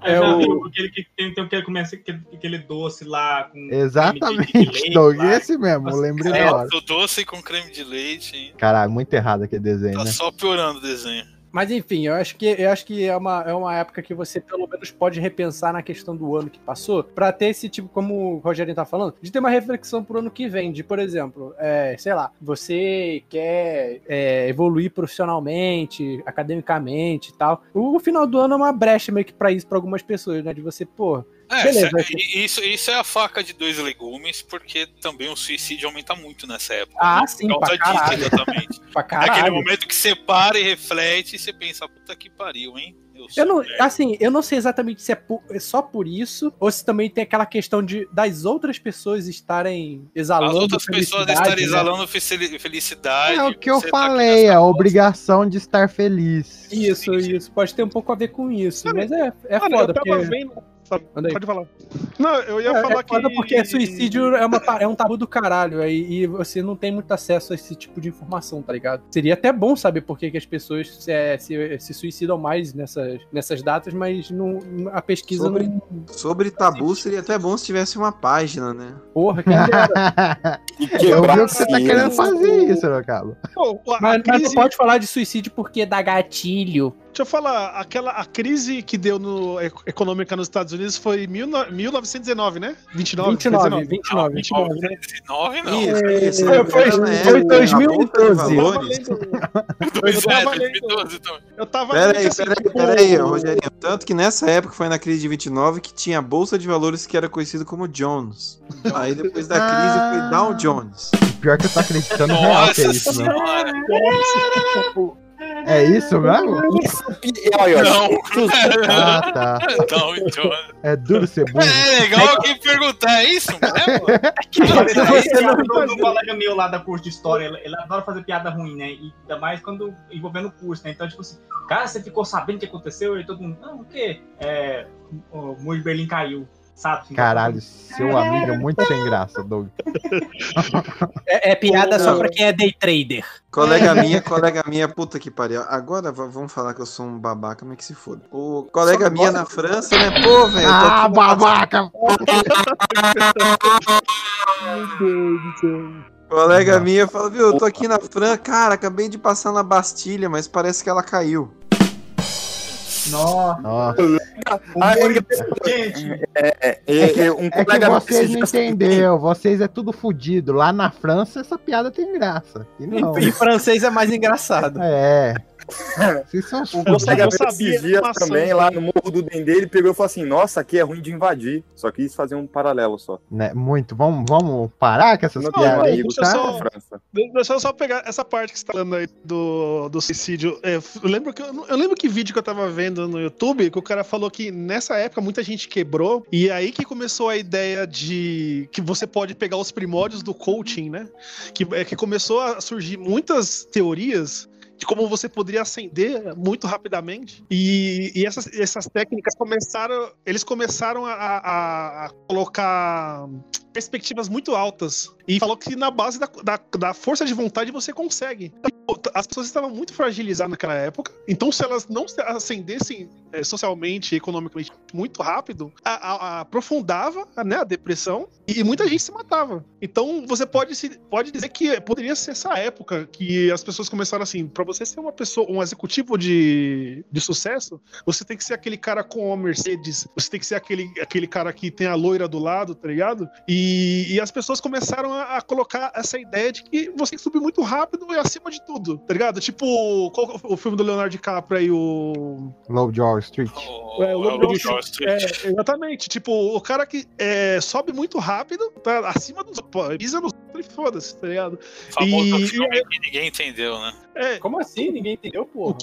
É
É
o...
o-
aquele que tem, tem aquele, começa, aquele, aquele doce lá com. creme de
Exatamente,
[LAUGHS] leite
Doug.
lá.
Esse mesmo, eu lembrei
É,
da hora.
do doce com creme de leite, hein?
Caralho, muito errado aquele desenho,
Tá
né?
só piorando o desenho.
Mas enfim, eu acho que, eu acho que é, uma, é uma época que você pelo menos pode repensar na questão do ano que passou, pra ter esse tipo, como o Rogerinho tá falando, de ter uma reflexão pro ano que vem, de, por exemplo, é, sei lá, você quer é, evoluir profissionalmente, academicamente e tal. O, final do ano é uma brecha meio que pra isso, pra algumas pessoas, né? De você, pô.
É,
beleza,
isso, é- isso, isso é a faca de dois legumes, porque também o suicídio aumenta muito nessa época. né?
Ah,
Por
sim,
causa
pra caralho.
exatamente.
pra
É
caralho.
aquele momento que você para e reflete e você pensa, puta que pariu, hein?
Eu não, assim, eu não sei exatamente se é, po- é só por isso, ou se também tem aquela questão de das outras pessoas estarem exalando.
As outras pessoas
felicidade,
estarem
né?
exalando fel- felicidade.
É o que eu
você tá
falei, a obrigação de estar feliz.
Isso, isso. Pode ter um pouco a ver com isso. mas é, é
Cara,
foda.
eu tava
Porque...
vendo-
Manda aí.
Pode falar. Não, eu ia
É,
falar
é foda
que.
porque suicídio é, uma ta- é um tabu do caralho aí, e você não tem muito acesso a esse tipo de informação, tá ligado? Seria até bom saber por que, que as pessoas se, se- se suicidam mais nessas, nessas datas, mas não, a pesquisa
Sobre,
não.
sobre tabu, seria até bom se tivesse uma página, né?
Porra, é quem
dera.
é, Eu vi o que você tá querendo fazer isso, Sorocaba.
Mas, mas não
crise-
pode falar de suicídio porque dá gatilho.
Deixa eu falar, aquela a crise que deu no e- econômica nos Estados Unidos foi em 19- 1919, né? 29,
29, 29,
29, né?
29
não.
É,
Isso, Foi- isso. foi- foi em 2012.
Eu tava
lendo-
né?
então.
Eu tava lendo
Peraí,
que, assim,
peraí,
tipo,
peraí, Rogerinho. Tanto que nessa época foi na crise de 29 que tinha a Bolsa de Valores que era conhecido como Jones. Aí depois da crise foi Dow Jones.
Pior que eu tô acreditando real que é isso, né? É isso mesmo?
[LAUGHS]
Ah, tá.
Não, então.
É duro ser burro.
É legal alguém perguntar, é isso?
é
Parece
Você
que
não-
um do- do colega meu lá da curso de história, ele, ele adora fazer piada ruim, né? E ainda mais quando envolvendo o curso, né? Então, tipo assim, cara, você ficou sabendo o que aconteceu? E todo mundo, não, o quê? É, o muro de Berlim caiu, sabe? Assim,
Caralho, seu amigo é muito sem graça, Doug.
É, é piada
Não.
só pra quem é day trader.
Colega minha, colega minha, puta que pariu. Agora v- vamos falar que eu sou um babaca, mas que se foda. O colega
Só
minha
gosta-
na França, né? Pô, velho. eu tô
Ah,
aqui na-
babaca!
Colega minha fala, viu, eu tô aqui na França. Cara, acabei de passar na Bastilha, mas parece que ela caiu.
então, Nossa.
Ah, é engraçado. É, é,
É que,
é, é, um
é que
colega meu
vocês
esses
não
dias-
entenderam, vocês é tudo fudido. Lá na França essa piada tem graça. E não.
Em francês é mais engraçado.
É. Vocês são os
Um
fudidos.
colega meu esses dias também, lá no Morro do Dendê, ele pegou e falou assim, nossa, aqui é ruim de invadir. Só quis fazer um paralelo só.
Né, muito. Vamos, vamos parar com essas
Não tem
piadas aí,
amigos,
tá?
tá na França.
De- Deixa eu só pegar essa parte que você tá falando aí do, do suicídio. É, f- eu, lembro que, eu, eu lembro que vídeo que eu tava vendo no YouTube que o cara falou que nessa época muita gente quebrou e é aí que começou a ideia de que você pode pegar os primórdios do coaching, né? Que, é, que começou a surgir muitas teorias de como você poderia ascender muito rapidamente. E, e essas, essas técnicas começaram. Eles começaram a, a- a colocar perspectivas muito altas. E falou que na base da, da, da força de vontade você consegue. Então, As pessoas estavam muito fragilizadas naquela época. Então, se elas não se ascendessem eh, socialmente e economicamente muito rápido, a- a- a- aprofundava né, a depressão e muita gente se matava. Então, você pode, se, pode dizer que poderia ser essa época que as pessoas começaram assim: para você ser uma pessoa, um executivo de, de sucesso, você tem que ser aquele cara com a Mercedes, você tem que ser aquele, aquele cara que tem a loira do lado, tá ligado? E, e as pessoas começaram a, a colocar essa ideia de que você tem que subir muito rápido e acima de tudo, tá ligado? Tipo qual que é o filme do Leonardo DiCaprio aí, o
Low Jaw Street.
é, o Lobo
é o
de Wall Street. É, exatamente. Tipo, o cara que é, sobe muito rápido, tá acima dos. pô, Pisa nos. e Foda-se, tá ligado? É,
famoso
E-
filme que ninguém entendeu, né?
Como assim? Ninguém entendeu, porra.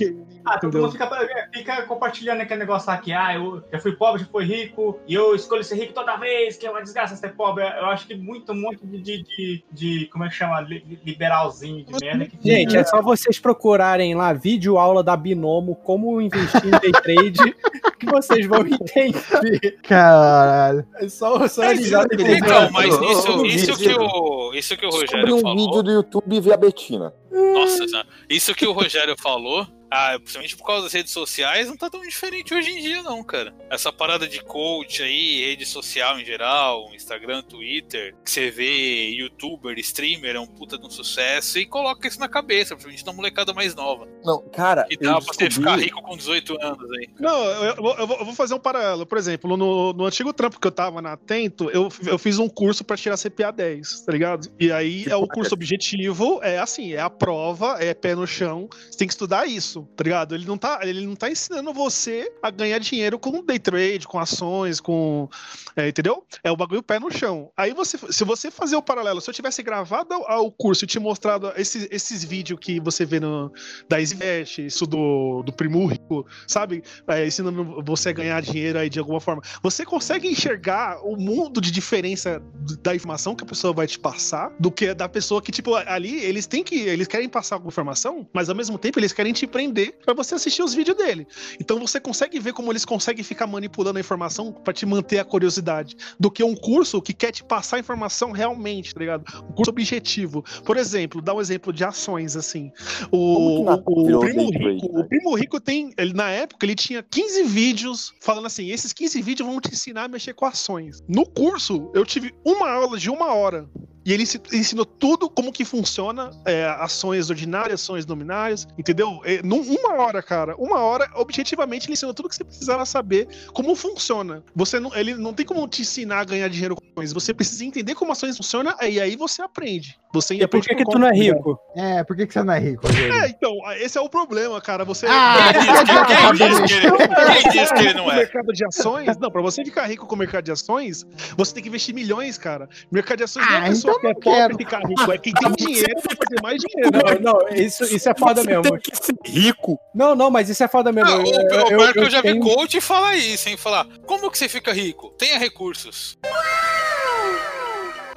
Ah, todo mundo fica, fica compartilhando aquele negócio lá que, ah, eu já fui pobre, já fui rico, e eu escolho ser rico toda vez, que é uma desgraça ser pobre. Eu acho que muito, muito de, de, de- de- como é que chama? Li- Liberalzinho de merda. Que
Gente,
fica-
é só vocês procurarem lá vídeo aula da Binomo como investir em day trade [LAUGHS] que vocês vão entender.
Caralho.
É só, só
Mas,
eles já têm
Então, mas
que-
isso,
ô,
isso,
ô,
que
ô,
o, isso que o
Descobri
Rogério
um
falou.
vídeo do YouTube e vi a Betina.
Nossa, já. Isso que o Rogério falou, ah, principalmente por causa das redes sociais, não tá tão diferente hoje em dia, não, cara. Essa parada de coach aí, rede social em geral, Instagram, Twitter, que você vê youtuber, streamer, é um puta de um sucesso, e coloca isso na cabeça, principalmente na molecada mais nova.
Não, cara,
Que
eu
dá pra você
descobri-
ficar rico com 18 anos aí.
Não, eu, eu vou- eu vou- eu vou fazer um paralelo. Por exemplo, no, no antigo trampo que eu tava na Atento, eu, eu fiz um curso pra tirar CPA 10, tá ligado? E aí é o curso objetivo, é assim, é a prova, é pé no chão. Você tem que estudar isso, tá ligado? Ele não tá, ele não tá ensinando você a ganhar dinheiro com day trade, com ações, com. é, entendeu? É o bagulho pé no chão. Aí você, se você fazer o paralelo, se eu tivesse gravado ao- ao curso e te mostrado esses, esses vídeos que você vê no, da Svest, isso do, do Primo Rico, sabe? É, ensinando você a ganhar dinheiro aí de alguma forma. Você consegue enxergar o mundo de diferença d- da informação que a pessoa vai te passar do que da pessoa que, tipo, ali eles têm que. Eles querem passar alguma informação, mas ao mesmo tempo eles querem te prender pra você assistir os vídeos dele. Então você consegue ver como eles conseguem ficar manipulando a informação pra te manter a curiosidade. Do que um curso que quer te passar a informação realmente, tá ligado? Um curso objetivo. Por exemplo, dá um exemplo de ações, assim. O,
Como que
o- o
virou
Primo
day trade,
Rico, o Primo Rico tem, ele, na época, ele tinha 15 vídeos falando assim: esses 15 vídeos vão te ensinar a mexer com ações. No curso, eu tive uma aula de uma hora. E ele ensi- ensinou tudo como que funciona é, ações ordinárias, ações dominárias, entendeu? É, num- uma hora, cara. Uma hora, objetivamente, ele ensinou tudo que você precisava saber como funciona. Você não, ele não tem como te ensinar a ganhar dinheiro com ações. Você precisa entender como ações funcionam e aí você aprende. Você
E por
aprende
que, que
com
tu não é
como-
rico?
É, por que, que você não é rico,
[LAUGHS]
Rogério?
É, então, esse é o problema, cara. Você. é
Ah,
Quem
que
diz-
adianta
quem
saber
diz que
isso?
ele-
é? Quem diz que ele não é?
O mercado de ações. Não, pra você ficar rico com o mercado de ações, você tem que investir milhões, cara. Mercado de ações não é
Ah,
a pessoa
então
que é
não
pobre
quero.
ficar rico, é quem
[LAUGHS]
tem dinheiro pra fazer mais dinheiro. né?
Não, não, isso, isso é foda
Você
mesmo.
tem que ser rico.
Não, não, mas isso é foda mesmo.
Ah, o
Eu-
o
eu-
pior é que eu, já
tenho-
vi coach falar isso, hein? Falar, como que você fica rico? Tenha recursos.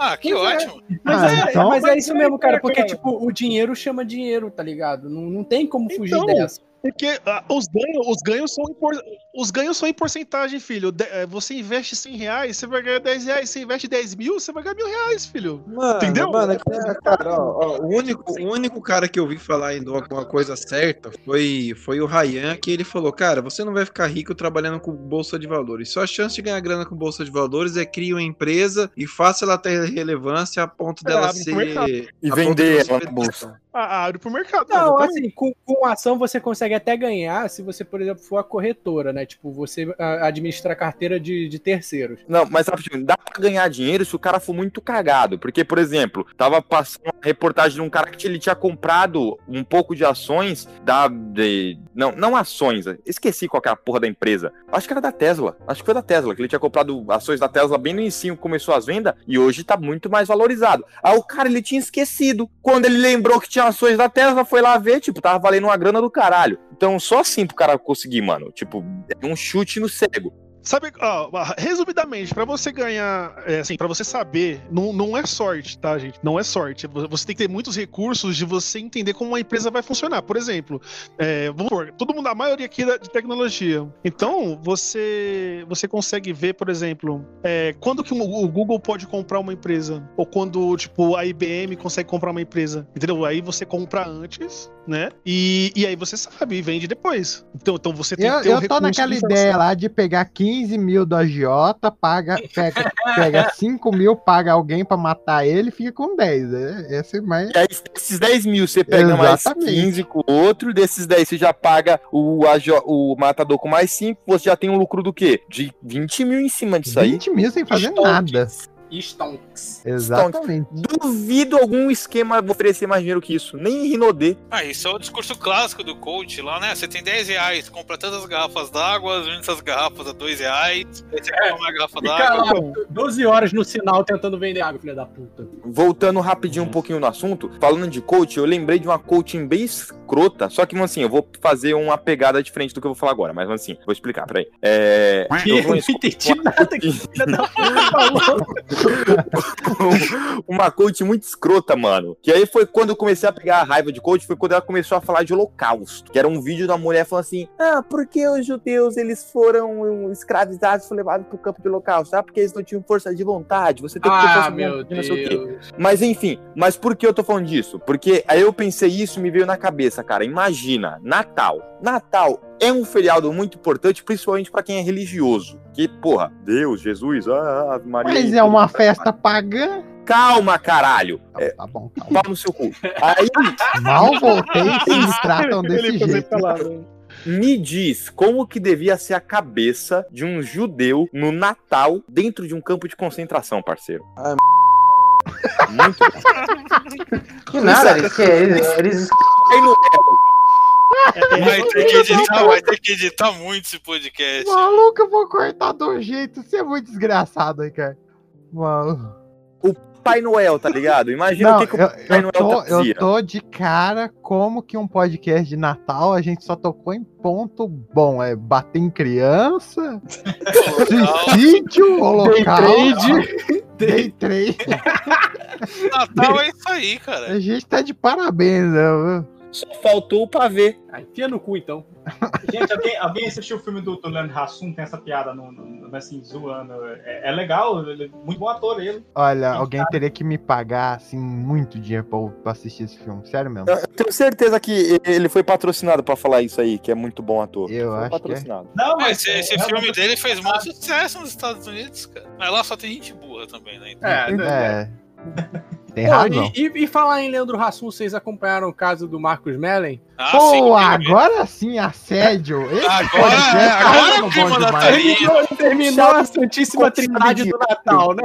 Ah, que
Pois é.
ótimo.
Mas,
Ah,
é,
então-
mas é isso mesmo, cara, porque, tipo, o dinheiro chama dinheiro, tá ligado? Não, não tem como fugir
Então,
dessa.
Porque ah, os, ganhos, os, ganhos são em por- os ganhos são em porcentagem, filho. De- eh, você investe 100 reais, você vai ganhar 10 reais. Você investe 10 mil, você vai ganhar mil reais, filho.
Mano,
Entendeu?
mano, é que, é, cara, ó, ó, o, único, o único cara que eu vi falar em uma uma coisa certa foi, foi o Ryan, que ele falou, cara, você não vai ficar rico trabalhando com Bolsa de Valores. Sua chance de ganhar grana com Bolsa de Valores é criar uma empresa e faça ela ter relevância a ponto
É,
dela
abre pro
ser...
mercado.
E
a ponto de
vender
você
ela
vender.
na bolsa.
Ah, abre pro mercado.
Não,
exatamente.
assim, Então, com, com ação você consegue consegue até ganhar se você, por exemplo, for a corretora, né? Tipo, você a- administra a carteira de, de terceiros.
Não, mas rapidinho, dá pra ganhar dinheiro se o cara for muito cagado. Porque, por exemplo, tava passando uma reportagem de um cara que ele tinha comprado um pouco de ações da. de- não, não ações, né? esqueci qual que era a porra da empresa. Acho que era da Tesla. Acho que foi da Tesla, que ele tinha comprado ações da Tesla bem no início, começou as vendas, e hoje tá muito mais valorizado. Aí o cara ele tinha esquecido. Quando ele lembrou que tinha ações da Tesla, foi lá ver, tipo, tava valendo uma grana do caralho. Então, só assim pro cara conseguir, mano. Tipo, é um chute no cego.
Sabe, ó, resumidamente, pra você ganhar, é, assim, para você saber, não, não é sorte, tá, gente? Não é sorte. Você tem que ter muitos recursos de você entender como uma empresa vai funcionar. Por exemplo, é, vamos supor, todo mundo, a maioria aqui é de tecnologia. Então, você você consegue ver, por exemplo, é, quando que o Google pode comprar uma empresa? Ou quando, tipo, a IBM consegue comprar uma empresa? Entendeu? Aí você compra antes, né? E, e aí você sabe, e vende depois. Então, então você tem
Eu,
que ter o
eu tô
recurso
naquela
de você-
ideia lá de pegar 15 mil do agiota, paga, pega, pega 5 mil, paga alguém pra matar ele, fica com 10. É, esse mais.
E aí, esses 10 mil você pega mais
Exatamente.
15 com o outro, desses 10 você já paga o, AJ o matador com mais 5, você já tem um lucro do quê? De 20 mil em cima disso aí.
20 mil sem fazer nada.
Stonks.
Exatamente.
Duvido algum esquema oferecer mais dinheiro que isso. Nem em Rinodê.
Ah, isso é o discurso clássico do coach lá, né? Você tem 10 reais, compra tantas garrafas d'água, vende essas garrafas a 2 reais, aí você
é
compra uma garrafa
Fica lá,
d'água.
12 horas no sinal tentando vender água, filha da [LAUGHS] puta.
Voltando rapidinho um pouquinho no assunto, falando de coach, eu lembrei de uma coaching bem escrota, só que, mano, assim, eu vou fazer uma pegada diferente do que eu vou falar agora, mas, mano, assim, vou explicar, peraí. [LAUGHS] É... eu
[LAUGHS]
vou-
entendi nada que filha da [LAUGHS] puta falou.
um, uma coach muito escrota, mano. Que aí foi quando eu comecei a pegar a raiva de coach, foi quando ela começou a falar de holocausto. Que era um vídeo da mulher falando assim: Ah, porque os judeus eles foram escravizados, foram levados pro campo de holocausto? Ah, porque eles não tinham força de vontade. Você tem que ter
Ah,
força de
meu
vontade, não sei o quê.
Deus.
Mas enfim, mas por que eu tô falando disso? Porque aí eu pensei isso, me veio na cabeça, cara. Imagina, Natal. Natal é um feriado muito importante, principalmente pra quem é religioso. Que, porra, Deus, Jesus, ah, Ave Maria.
Mas é uma festa pagã.
Calma, caralho.
É, tá
[LAUGHS]
bom,
Pau no seu cu. Aí.
Mal voltei,
[LAUGHS]
vocês me tratam desse jeito.
Me diz como que devia ser a cabeça de um judeu no Natal dentro de um campo de concentração, parceiro. Muito
Que nada,
é
eles que eles, eles
Aí no
Vai ter que editar, vai ter que editar muito esse podcast.
Maluco, eu vou cortar do jeito. Você é muito desgraçado aí, cara. Maluco.
O Pai Noel, tá ligado? Imagina
Não,
o que, que o
eu,
Pai
eu,
Noel tá
tô,
trazia.
eu tô de cara como que um podcast de Natal a gente só tocou em ponto bom. É bater em criança, suicídio, holocausto, day trade.
Natal é isso aí, cara.
A gente tá de parabéns, né?
Só faltou o pavê.
Ah, enfia no cu, então.
Gente, alguém, alguém assistiu o filme do, do Leandro Hassum? Tem essa piada no, no- assim, zoando. É, é legal, ele é muito bom ator ele.
Olha, alguém teria que me pagar, assim, muito dinheiro pra, eu- pra assistir esse filme. Sério mesmo.
Eu tenho certeza que ele foi patrocinado pra falar isso aí, que é muito bom ator. Eu foi
acho que é.
patrocinado.
Não, é
mas é, esse, esse filme dele fez maior sucesso nos Estados Unidos, cara. Mas lá só tem gente burra também, né? Então-
É. Tem
Pô,
razão.
e, e- e falar em Leandro Hassum, vocês acompanharam o caso do Marcos Mellen?
Ah,
Pô, agora sim, assédio. Esse podcast tá ficando
é
bom demais.
Terminou, terminou a Santíssima Trindade do Natal, né?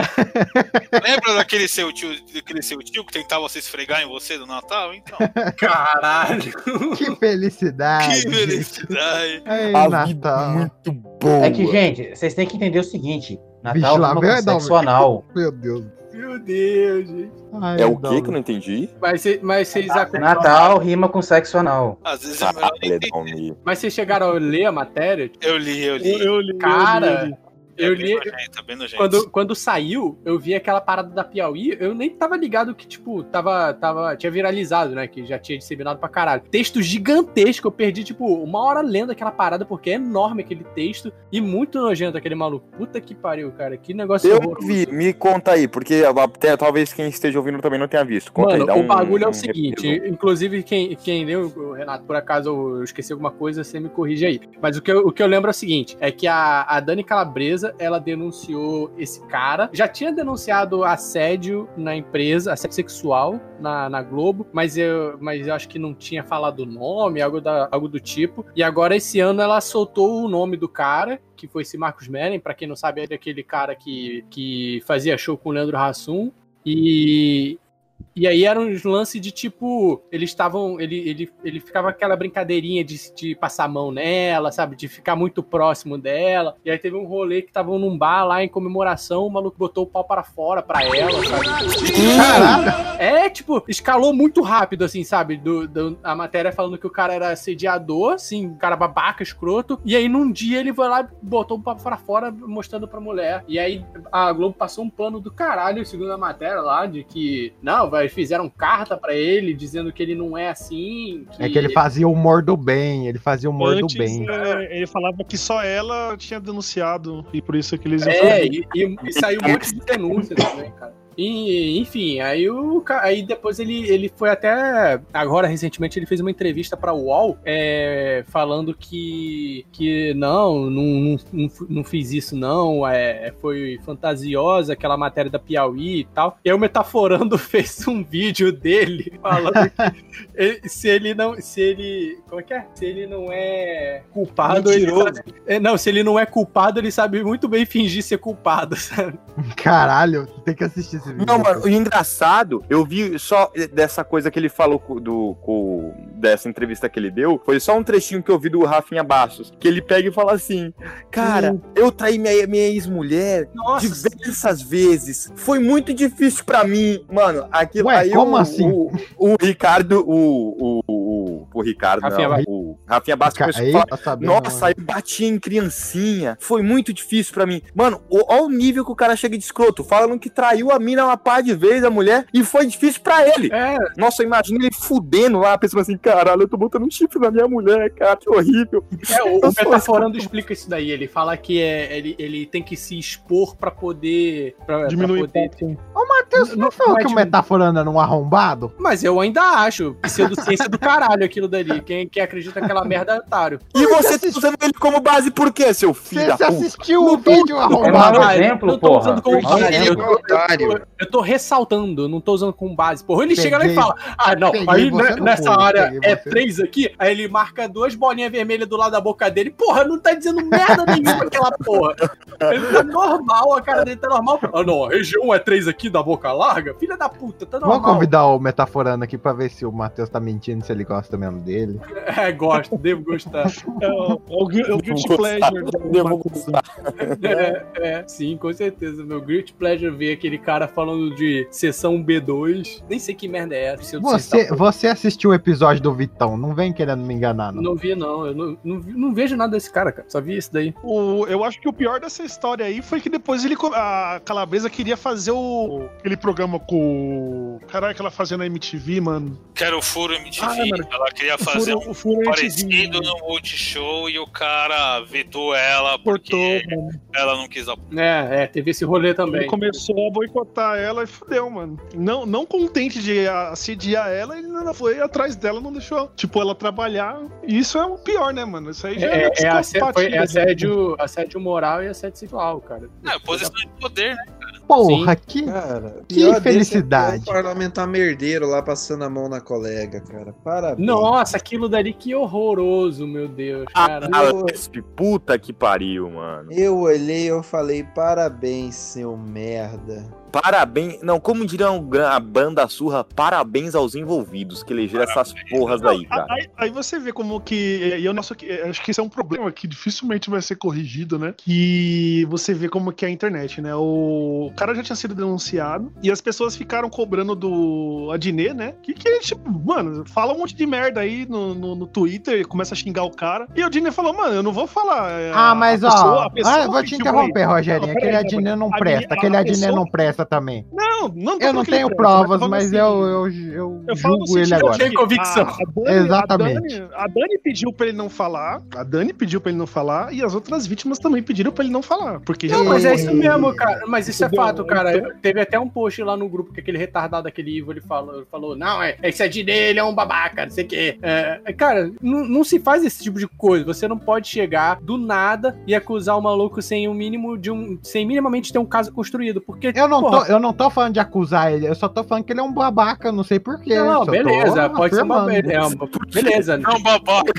Lembra daquele seu tio, daquele seu tio que tentava se esfregar em você no
[LAUGHS]
Natal? Então,
Caralho.
Que felicidade.
que felicidade.
Ai,
A
Natal.
Muito bom.
É que, gente, vocês têm que entender o seguinte: Natal
Bicho, lá
é
vem
uma
a
sexo
Dalva.
anal.
Meu Deus.
Meu Deus, gente.
É o que que eu não entendi?
Mas, cê- mas vocês
Tá
acompanharam-
Natal rima com sexo anal.
Às vezes é melhor
Caralho, Dalmi.
Mas vocês chegaram a ler a matéria?
Eu li, eu li.
Eu li. Cara, eu li.
Tá vendo, gente?
Quando, quando saiu, eu vi aquela parada da Piauí, eu nem tava ligado que, tipo, tava, tava, tinha viralizado, né? Que já tinha disseminado pra caralho. Texto gigantesco, eu perdi, tipo, uma hora lendo aquela parada, porque é enorme aquele texto e muito nojento aquele maluco. Puta que pariu, cara, que negócio
Eu
horroroso.
vi, me conta aí, porque até, talvez quem esteja ouvindo também não tenha visto. Conta
Mano,
aí, dá
o
um-
bagulho é
um
o seguinte,
resumo.
inclusive quem, quem leu, Renato, por acaso eu esqueci alguma coisa, você me corrige aí. Mas o que eu, o que eu lembro é o seguinte, é que a, a Dani Calabresa empresa, ela denunciou esse cara. Já tinha denunciado assédio na empresa, assédio sexual na, na Globo, mas eu, mas eu acho que não tinha falado o nome, algo, da, algo do tipo. E agora, esse ano, ela soltou o nome do cara que foi esse Marcos Mellen, pra quem não sabe, era aquele cara que, que fazia show com o Leandro Hassum. E, e aí era uns lance de tipo, eles estavam. Ele, ele, ele ficava aquela brincadeirinha de, de passar a mão nela, sabe? De ficar muito próximo dela. E aí teve um rolê que estavam num bar lá em comemoração, o maluco botou o pau para fora pra ela, sabe? Caralho! É, tipo, escalou muito rápido, assim, sabe? Do, do- a matéria falando que o cara era assediador, assim, um cara babaca, escroto. E aí num dia ele foi lá e botou o pau pra fora, mostrando pra mulher. E aí a Globo passou um pano do caralho, segundo a matéria lá, de que, não, vai, fizeram carta pra ele dizendo que ele não é assim.
É que ele fazia o humor do bem, ele fazia o humor do
Antes,
bem.
é, ele falava que só ela tinha denunciado e por isso que eles
É, e, e- e saiu um monte de denúncia também, cara. E, enfim, aí, o, ca- aí depois ele, ele foi até. Agora, recentemente, ele fez uma entrevista pra UOL é, falando que, que não, não, não, não f- não fiz isso, não. É, foi fantasiosa aquela matéria da Piauí e tal. E aí o Metaforando [LAUGHS] fez um vídeo dele falando que ele- se ele não. Se ele. Como é que é? Se ele não é culpado, ele
Mentiroso.
sabe- é, não, se ele não é culpado, ele sabe muito bem fingir ser culpado, sabe?
[LAUGHS] Caralho, tem que assistir esse vídeo. então.
Não, mano, o engraçado, eu vi só dessa coisa que ele falou co- do, co- dessa entrevista que ele deu, foi só um trechinho que eu vi do Rafinha Bastos, que ele pega e fala assim, cara, eu traí minha, minha ex-mulher diversas vezes, foi muito difícil pra mim, mano, aquilo
Ué,
aí
como
o,
assim?
o, o Ricardo, o, o, o, o Ricardo,
Rafinha
não,
Ba-
o Rafinha Bastos
Ca-
começou
aí,
a falar,
tá sabendo,
nossa, eu batia em criancinha. Foi muito difícil pra mim. Mano, o- olha o nível que o cara chega de escroto. Falando que traiu a mina uma par de vezes, a mulher, e foi difícil pra ele.
É.
Nossa, imagina ele fudendo lá, pensando assim, caralho, eu tô botando um chifre na minha mulher, cara, que horrível.
É, o, o
Eu sou
Metaforando explica isso daí. Ele fala que é, ele, ele tem que se expor pra poder. Pra,
Diminuir
pra poder...
Ô, Matheus, você não falou que o Metaforando era um arrombado?
Mas eu ainda acho pseudociência do caralho aquilo dali. Quem, quem acredita naquela merda é otário.
E você tá usando ele como base por quê, seu filho
Você
da puta?
assistiu o vídeo
é,
Caralho,
É, exemplo,
eu tô
porra.
usando como
Porque
base.
ele é
Eu tô, eu tô- eu tô ressaltando, eu não tô usando como base. Porra, ele chega lá e
Peguei.
fala: Ah, não,
Peguei
aí
você
né,
no
nessa
pulo,
área
peguei
é
você.
três aqui, aí ele marca duas bolinhas vermelhas do lado da boca dele. Porra, não tá dizendo merda nenhuma aquela porra. Ele tá normal, a cara dele tá normal. Ah, não, a região é três aqui da boca larga? Filha da puta, tá
Vamos
normal.
convidar o Metaforando aqui pra ver se o Matheus tá mentindo, se ele gosta mesmo dele.
É, gosto,
[LAUGHS]
devo gostar.
É o, é o gui-
[LAUGHS]
é o guilty
Vou gostar,
pleasure.
eu vou gostar.
É, é, sim, com certeza. Meu Great Pleasure ver aquele cara falando de sessão B2. Nem sei que merda é essa. se eu
Você,
sessão-
você assistiu o episódio do Vitão, não vem querendo me enganar, não.
Não vi, não. Eu não, não, vi- não vejo nada desse cara, cara. Só vi esse daí.
O- eu acho que o pior dessa história aí foi que depois ele. co- A Calabresa queria fazer o. aquele programa com. o- Caralho, que ela fazia na MTV, mano.
Quero o Furo MTV.
Ah, mano.
ela queria
O Furo-
fazer
o Furo
um
MTV.
parecido
né?
no Multishow e o cara vetou ela porque
Cortou, mano.
ela não quis apoiar.
É, é, teve esse rolê
Ele começou a boicotar ela e fudeu, mano. Não, não contente de assediar ela, ele não foi atrás dela, não deixou, tipo, ela trabalhar. E isso é o pior, né, mano? Isso aí já
É, é, asse-
psicopatia,
foi- é
né?
assédio, assédio moral e assédio sexual, cara.
É, posição de poder, né?
Porra, que, que
pior desse
felicidade.
é ter um parlamentar merdeiro lá passando a mão na colega, cara. Parabéns.
Nossa, aquilo dali que horroroso, meu Deus, cara.
Ah, Lespe, puta que pariu, mano.
Eu olhei e eu falei, parabéns, seu merda.
Parabéns. Não, como dirão a banda surra, parabéns aos envolvidos que elegeram essas porras aí, cara.
Aí, aí você vê como que. E eu nosso, acho que esse é um problema que dificilmente vai ser corrigido, né? Que você vê como que é a internet, né? O cara já tinha sido denunciado e as pessoas ficaram cobrando do Adnet, né? Que, que tipo, mano, fala um monte de merda aí no, no, no Twitter, começa a xingar o cara. E o Adnet falou, mano, eu não vou falar. é,
Ah,
a
mas
pessoa-
ó,
a pessoa
ah, eu vou
que
te
filmou
interromper,
isso."
Rogerinho.
Não,
aquele
peraí,
Adnet não
a
presta,
menina-
aquele
a
Adnet
pessoa-
não presta também.
Não, Não, não tô
Eu
falando
não
que ele
tenho
presta,
provas,
tô falando
mas
assim,
eu, eu, eu,
eu falo assim, tipo, no
julgo ele
sentido
agora.
de que a- a Dani-
Exatamente.
A Dani, a Dani pediu pra ele não falar. A Dani pediu pra ele não falar. E as outras vítimas também pediram pra ele não falar. Porque já
Não, mas é isso
morreu.
mesmo, cara. Mas isso é
Entendeu?
fato, cara.
Então-
Teve até um post lá no grupo que aquele retardado, aquele Ivo, ele falou, ele falou não, é, esse é de dele, é um babaca, não sei o quê. É, é, cara, não, não se faz esse tipo de coisa. Você não pode chegar do nada e acusar o maluco sem o mínimo de um. sem minimamente ter um caso construído. Porque.
Eu não, tô, eu não tô falando de acusar ele, eu só tô falando que ele é um babaca, não sei porquê.
Não, beleza, pode ser uma. É uma beleza.
É um babaca.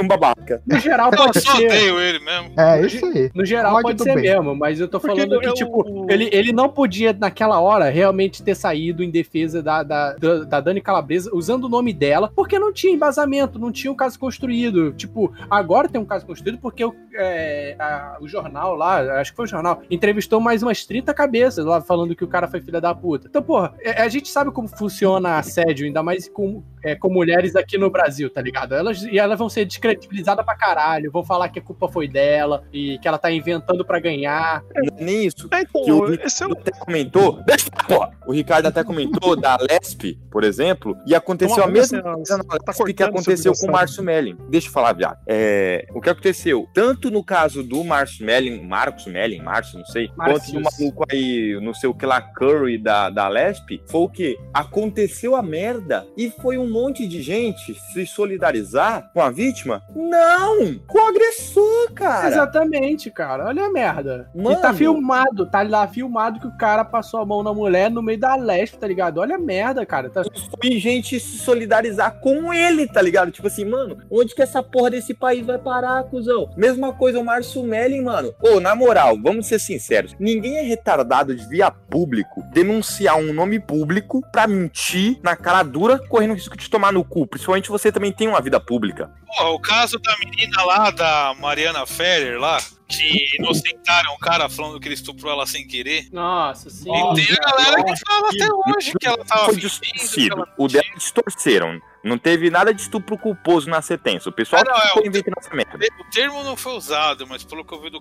Um babaca.
No geral,
Eu
pode
só
ser.
odeio ele mesmo.
É isso aí.
No geral,
Ódio
pode
do
ser
bem.
mesmo, mas eu tô
Porque
falando que,
eu-
tipo, ele, ele não podia, naquela hora, realmente ter saído em defesa da, da, da, da Dani Calabresa, usando o nome dela, porque não tinha embasamento, não tinha um caso construído. Tipo, agora tem um caso construído porque o, é, a- o jornal lá, acho que foi o jornal, entrevistou mais umas 30 cabeças lá falando que o cara foi filha da puta. Então, porra, é- a gente sabe como funciona assédio, ainda mais com, é, com mulheres aqui no Brasil, tá ligado? Elas, e elas vão ser descredibilizadas pra caralho, vão falar que a culpa foi dela e que ela tá inventando pra ganhar.
Não é nem
tá,
isso.
então, é
que o
um
Ricardo até comentou. Deixa eu falar, porra. O Ricardo até comentou da Lesp, por exemplo, e aconteceu
Toma
a mesma
uma-
coisa na Lesp que
tá cortando
aconteceu
seu
com o Márcio Melling. Deixa eu falar, viado. É, o que aconteceu, tanto no caso do Márcio Melling, Marcos Melling, Márcio, não sei,
Márcios.
quanto do maluco aí, não sei o que lá, Curry da, da Lesp, foi o que? Aconteceu a merda e foi um monte de gente se solidarizar com a vítima? Não! Com o agressor, cara!
Exatamente, cara. Olha a merda.
Mano.
E tá filmado, tá lá filmado que o cara passou a mão na mulher no meio da leste, tá ligado? Olha a merda, cara. Tá...
e gente se solidarizar com ele, tá ligado? Tipo assim, mano, onde que essa porra desse país vai parar, cuzão? Mesma coisa o Márcio Melling, mano. Ô, na moral, vamos ser sinceros. Ninguém é retardado de via público denunciar um nome público pra mentir na cara dura, correndo risco de tomar no cu. Principalmente você também tem uma vida pública.
Porra, o caso da menina lá, da Mariana Ferrer lá, que inocentaram o cara falando que ele estuprou ela sem querer.
Nossa, sim.
E tem a galera que fala até hoje que ela tava
Foi
fingindo. que
distorcido.
ela-
O dela distorceram. Não teve nada de estupro culposo na sentença. O pessoal
Ah, não, é,
ficou inventando essa merda.
O termo não foi usado, mas pelo que eu vi do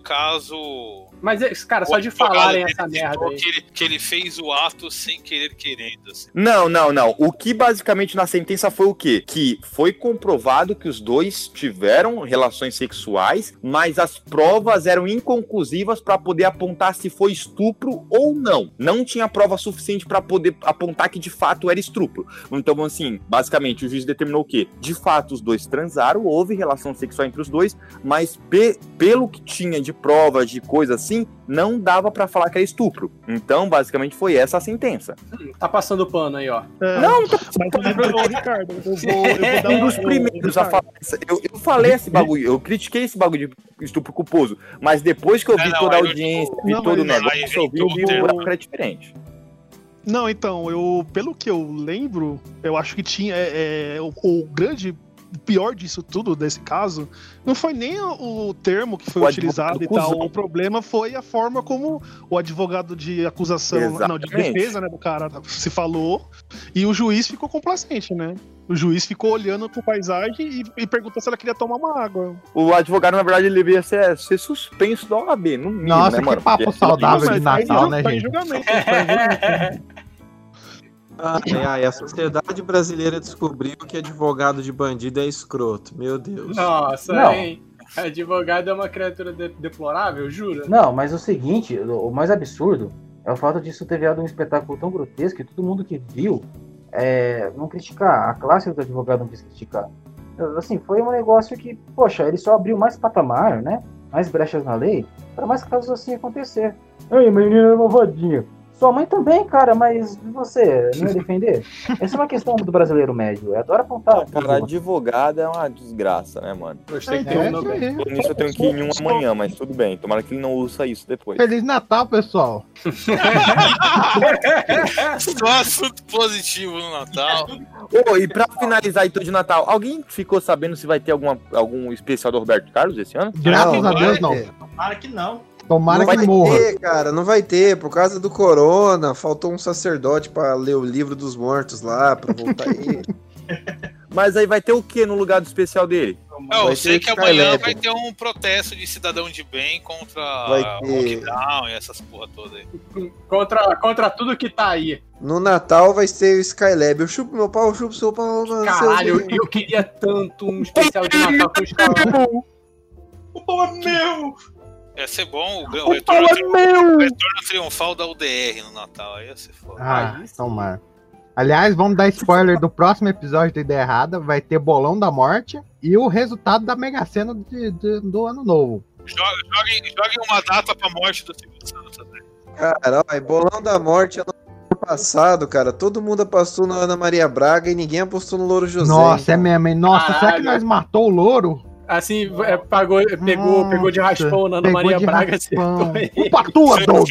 caso,
Mas, é, cara, só de
O advogado
falarem
dele
essa merda
citou
aí.
Que ele, que ele fez o ato sem querer querendo. assim.
Não, não, não. O que basicamente na sentença foi o quê? Que foi comprovado que os dois tiveram relações sexuais, mas as provas eram inconclusivas para poder apontar se foi estupro ou não. Não tinha prova suficiente para poder apontar que de fato era estupro. Então, assim, basicamente o juiz determinou o quê? De fato, os dois transaram, houve relação sexual entre os dois, mas pe- pelo que tinha de provas, de coisa assim, não dava para falar que era estupro. Então, basicamente foi essa a sentença.
Tá passando pano aí, ó.
Não,
Mas, ô, Ricardo, eu vou, eu vou dar
um dos
ô,
primeiros a falar. essa- Eu, eu falei esse
né?
bagulho, eu critiquei esse bagulho de estupro culposo, mas depois que eu vi
Não, não,
toda a
aí eu-
audiência, vi
Não,
todo o
mas aí
negócio, eu vi, eu vi
inventou-
o buraco era diferente.
Não, então, eu, pelo que eu lembro, eu acho que tinha. é, é, o, o grande. O pior disso tudo, desse caso, não foi nem o o termo que foi
O
utilizado
advogado
e tal.
cuzão.
O problema foi a forma como o advogado de acusação, não, de
Exatamente.
defesa, né, do cara se falou. E o juiz ficou complacente, né? O juiz ficou olhando pro paisagem e, e perguntou se ela queria tomar uma água.
O advogado, na verdade, ele devia ser, é, ser suspenso da OAB, no mínimo,
Nossa,
né,
que
mano?
papo
Porque-
saudável de
Mas aí
Natal,
já
né,
tá em
gente?
julgamento.
Ai, ai, Ah, a sociedade brasileira descobriu que advogado de bandido é escroto. Meu Deus.
Nossa,
Não.
hein? Advogado é uma criatura de- deplorável, jura?
Não, mas o seguinte, o o mais absurdo é o fato disso ter virado um espetáculo tão grotesco que todo mundo que viu é, não criticar. A classe do advogado não quis criticar. Assim, foi um negócio que, poxa, ele só abriu mais patamar, né? Mais brechas na lei, para mais casos assim acontecer. Ai, a menina é malvadinha. Sua mãe também, cara, mas você não ia defender? Essa é uma questão do brasileiro médio. Eu adoro
Ah,
apontar.
Cara, advogado é uma desgraça, né, mano?
Gostei
que tem um nome.
Por isso eu tenho que ir em um amanhã, mas tudo bem. Tomara que ele não ouça isso depois.
Feliz Natal, pessoal.
[LAUGHS] Só assunto positivo no Natal.
Ô, e pra finalizar então de Natal, alguém ficou sabendo se vai ter alguma, algum especial do Roberto Carlos esse ano?
Graças a Deus, não.
Tomara que não.
Tomara
não vai
que morra.
ter, cara, não vai ter. Por causa do corona, faltou um sacerdote pra ler o livro dos
[LAUGHS]
mortos lá, pra voltar aí.
Mas aí vai ter o que no lugar do especial dele?
Ah, eu
Vai
sei
ter
que amanhã
Skylab.
vai ter um protesto de cidadão de bem contra
Vai ter.
lockdown e essas porra toda aí.
Contra, contra tudo que tá aí.
No Natal vai ser o Skylab. Eu chupo meu pau, eu chupo seu pau. não sei o
Caralho,
quê.
eu queria tanto um especial de Natal com os caras.
O pau é meu! Ia ser bom o, gan- o
O pau
retorno,
é
tri-
meu!
o retorno triunfal da UDR no Natal. Aí ia ser foda.
Ah, tomara. Aliás, vamos dar spoiler do próximo episódio do Ideia Errada. Vai ter Bolão da Morte e o resultado da Mega Sena de- de- do Ano Novo.
Joga- Joguem joguem uma data pra morte do Silvio Santos. né?
Caralho, bolão da morte é no ano passado, cara. Todo mundo apostou na Ana Maria Braga e ninguém apostou no Louro José. então.
Nossa, é mesmo, hein? Nossa, será que
Caralho.
nós matou o louro?
Assim, é, pagou, pegou, pegou de raspão na Ana
Pegou
Maria
de
Braga.
raspão. Culpa tua,
né?
Doug!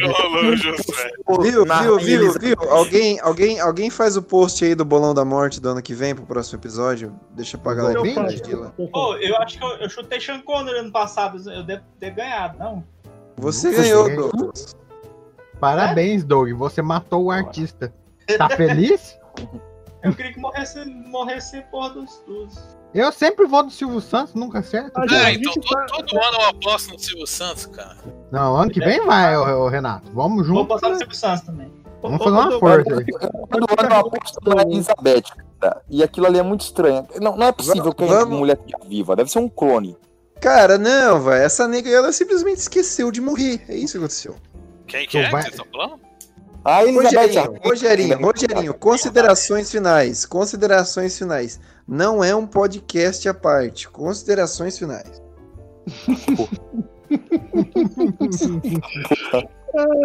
Viu,
Na-
viu, viu,
Elisa-
viu? Alguém, alguém, alguém faz o post aí do bolão da morte do ano que vem pro próximo episódio? Deixa pra galera
Eu
ver
faço.
aqui lá.
Pô, eu acho que eu, eu chutei Sean Connery ano passado, eu devo ter ganhado, não?
Você
Você
ganhou,
ganhou.
Douglas.
Parabéns, Doug. Você matou o artista. Tá feliz?
Eu queria que morresse, morresse porra dos dos.
Eu sempre vou do Silvio Santos, nunca acerto.
Ah, então
tá-
todo, todo ano eu aposto no Silvio Santos, cara.
Não, ano que vem vai, ô, ô, Renato. Vamos junto.
Vou passar no Silvio Santos também.
Vamos fazer uma força aí.
Todo ano eu aposto na
então-
Elizabeth, cara. E aquilo ali é muito estranho. Não, não é possível que a mulher esteja viva. Deve ser um clone.
Cara, não, velho. Essa nega, ela simplesmente esqueceu de morrer. É isso que aconteceu.
Quem que é que
Então vai-
vocês estão falando?
Ah,
Rogerinho, Rogerinho,
é
Rogerinho, considerações finais. Considerações finais. Não é um podcast à parte. Considerações finais.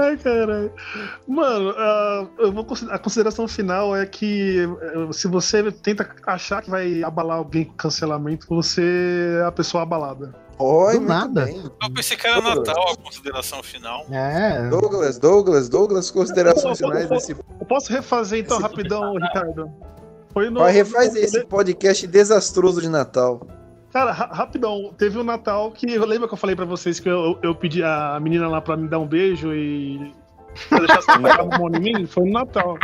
Ai, caralho. Mano, ah, eu vou consider- a consideração final é que eh, se você tenta achar que vai abalar alguém com cancelamento, você é a pessoa abalada.
Oi,
nada.
Eu pensei que era Natal a consideração final.
É.
Douglas, Douglas, Douglas, considerações finais desse.
Eu posso refazer então rapidão, Ricardo? Foi
Vai, refaz esse podcast desastroso de Natal.
Cara, ra- rapidão, teve um Natal que. eu- Lembra que eu falei pra vocês que eu, eu pedi a menina lá pra me dar um beijo e. pra deixar essa cara mão em mim? Foi no Natal.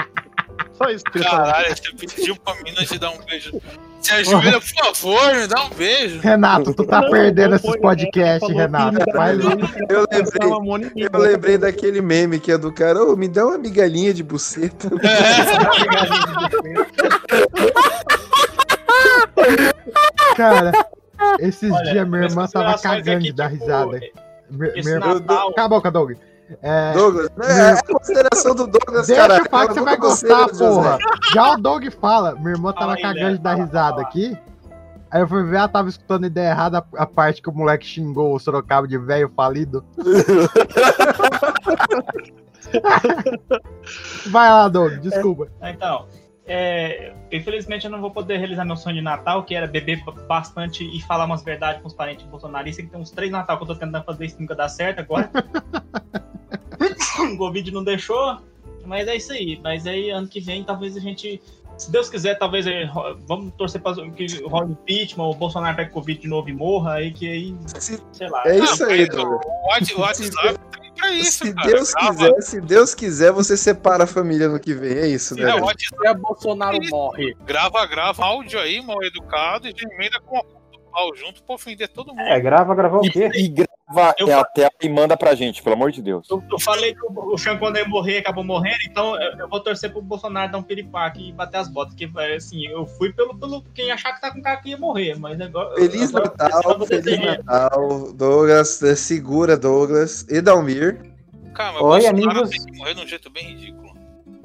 Só isso. que eu queria falar.
Caralho, você pediu pra mina te dar um beijo. Se ajoelha, por favor, me dá um beijo.
Renato, tu tá
Não,
perdendo
não
esses
foi,
podcasts,
falou
Renato. um
que-
Vai
um
lá.
Eu lembrei, eu lembrei daquele meme que é do cara, ô, me dá uma migalhinha de buceta.
[LAUGHS] Cara, esses
Olha,
dias minha
minhas
irmã tava
considerações é
cagando
que,
de dar
tipo,
risada. Minha,
esse
minha...
Natal-
Cala a boca, Doug. É,
Douglas, não, é a consideração do Douglas,
Deixa
caralho.
eu falar que você
Cala
vai
a boca, você,
gostar,
José.
porra. Já o Doug fala, minha irmã tava
Fala aí,
cagando
Léo,
de dar risada aqui. Aí eu fui ver, ela tava escutando ideia errada, a- a parte que o moleque xingou o Sorocaba de velho falido. Vai lá, Doug, desculpa.
Ah, Então, é, infelizmente eu não vou poder realizar meu sonho de Natal, que era beber ba- bastante e falar umas verdades com os parentes bolsonaristas, que tem uns três Natal que eu tô tentando fazer isso e nunca dá
[LAUGHS]
certo agora. o Covid não deixou, mas é isso aí. Mas aí ano que vem talvez a gente, se Deus quiser, talvez aí, ro- vamos torcer pra que rola impeachment, o Bolsonaro pegue Covid de novo e morra, aí que aí, sei lá.
É isso aí,
mas o
Douglas. [LAUGHS]
What- o WhatsApp tem pra isso,
Se
cara.
Deus
Calma.
quiser, se Deus quiser, você separa a família no que vem. É isso, né?
É, o
velho?
WhatsApp
é Bolsonaro morre.
Grava, grava áudio aí, mal educado, e já emenda com a do pau junto pra ofender todo mundo.
É, grava, grava o quê? E, grava
Eu
é
fa-
a tela e manda pra gente, pelo amor de Deus.
Eu, eu falei que o o Sean Connery morrer acabou morrendo, então eu, eu vou torcer pro Bolsonaro dar um piripaque e bater as botas. Porque, vai, assim, eu fui pelo, pelo quem achar que tá com cara que ia morrer, mas agora.
Feliz
agora, agora eu
Natal,
vou
Feliz
defender.
Natal, Douglas, eh, segura, Douglas. Edalmir.
Cara, mas
Oi,
Bolsonaro
amigos.
tem que morrer de um jeito bem ridículo.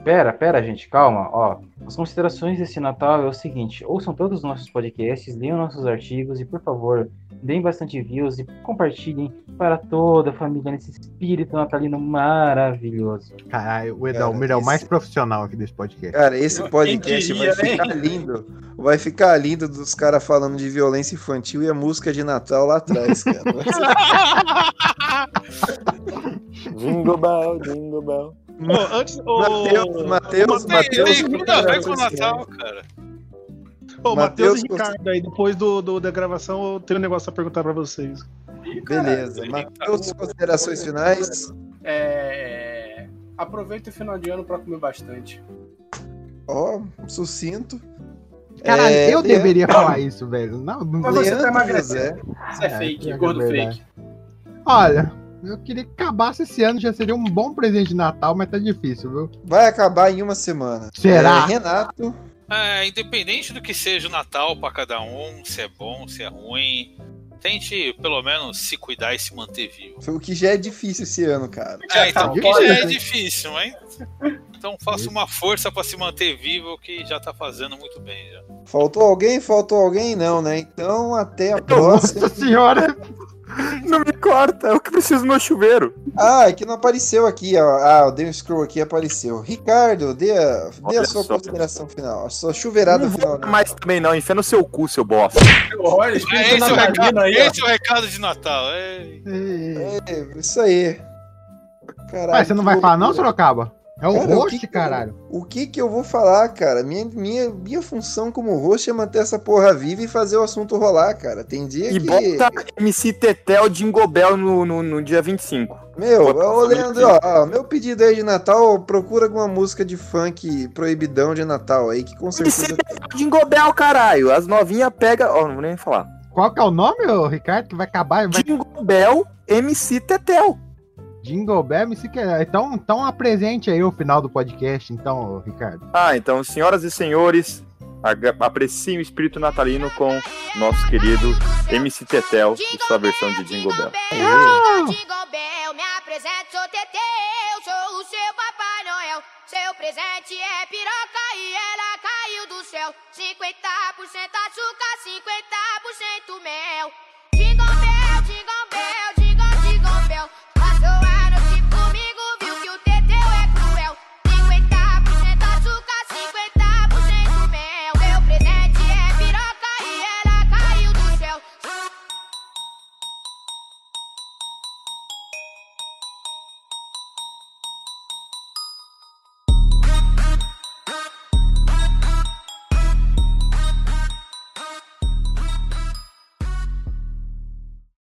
Pera, pera, gente, calma. Ó, as considerações desse Natal é o seguinte: ouçam todos os nossos podcasts, leiam nossos artigos e, por favor, deem bastante views e compartilhem para toda a família nesse espírito natalino maravilhoso.
Caralho, o Edalmir é o mais profissional aqui desse podcast.
Cara, esse podcast
diria,
vai
hein?
ficar lindo. Vai ficar lindo dos caras falando de violência infantil e a música de Natal lá atrás, cara. Vai ser-
Jingle bell, jingle bell.
Ô, antes, ô,
Mateus, Mateus,
Mateus,
Mateus.
tem
tudo a ver com o
Mateus,
Natal, cara.
Mateus,
Ô, Matheus e Ricardo aí, depois do, do- da gravação eu tenho um negócio a perguntar pra vocês.
Beleza. Matheus, considerações finais.
É... Aproveita o final de ano pra comer bastante.
Ó, sucinto.
Caralho,
É,
eu
é.
deveria falar isso, velho. Não, não
Mas você tá
Leandro
emagrecendo. Isso é
É,
fake,
é
gordo
verdade.
fake.
assim.
Olha, eu queria que acabasse esse ano, já seria um bom presente de Natal, mas tá difícil, viu?
[LAUGHS] Vai acabar em uma semana.
Será?
É, Renato.
É, independente do que seja o Natal pra cada um, se é bom, se é ruim, tente pelo menos se cuidar e se manter vivo.
Foi o que já é difícil esse ano, cara.
É, então, que
Olha,
já é difícil, hein? Então faça uma força pra se manter vivo, que já tá fazendo muito bem já.
Faltou alguém? Faltou alguém? Não, né? Então, até a próxima.
Nossa senhora!
Não me corta, é o que preciso no meu chuveiro.
Ah, é que não apareceu aqui. ó. Ah, eu dei um scroll aqui e apareceu. Ricardo, dê a, dê a
Olha
sua
só.
consideração final. A sua chuveirada
Não vou
final. né?
mais também não, enfia no seu cu, seu bosta.
Olha,
É, esse, é o recado, esse é o recado de Natal. É...
É, isso aí. Caralho.
Mas você não vai
que
falar não,
loucura.
Sorocaba? É o
Cara, o
host,
que que-
caralho.
O que que eu vou falar, cara? Minha, minha, minha função como host é manter essa porra viva e fazer o assunto rolar, cara. Tem dia
E
que.
bota MC Tetel Jingle Bell no, no, no dia 25.
Meu,
Bota
ô
funk.
Leandro, ó, ó, meu pedido aí de Natal, procura alguma música de funk proibidão de Natal aí, que com certeza.
Jingle Bell, caralho. As novinhas pega. Ó, não vou nem falar.
Qual que é o nome, ô, Ricardo, que vai acabar? e Vai...
Jingle Bell MC Tetel.
Jingle Bell, MC que... então, então apresente aí o final do podcast, então, ô, Ricardo.
Ah, então, senhoras e senhores, aga- apreciem o espírito natalino com nosso querido MC Tetel e sua versão de Jingle Bell.
Jingle Bell, me apresento, sou Tetê, eu sou o seu Papai Noel. Seu presente é piroca e ela caiu do céu. 50% açúcar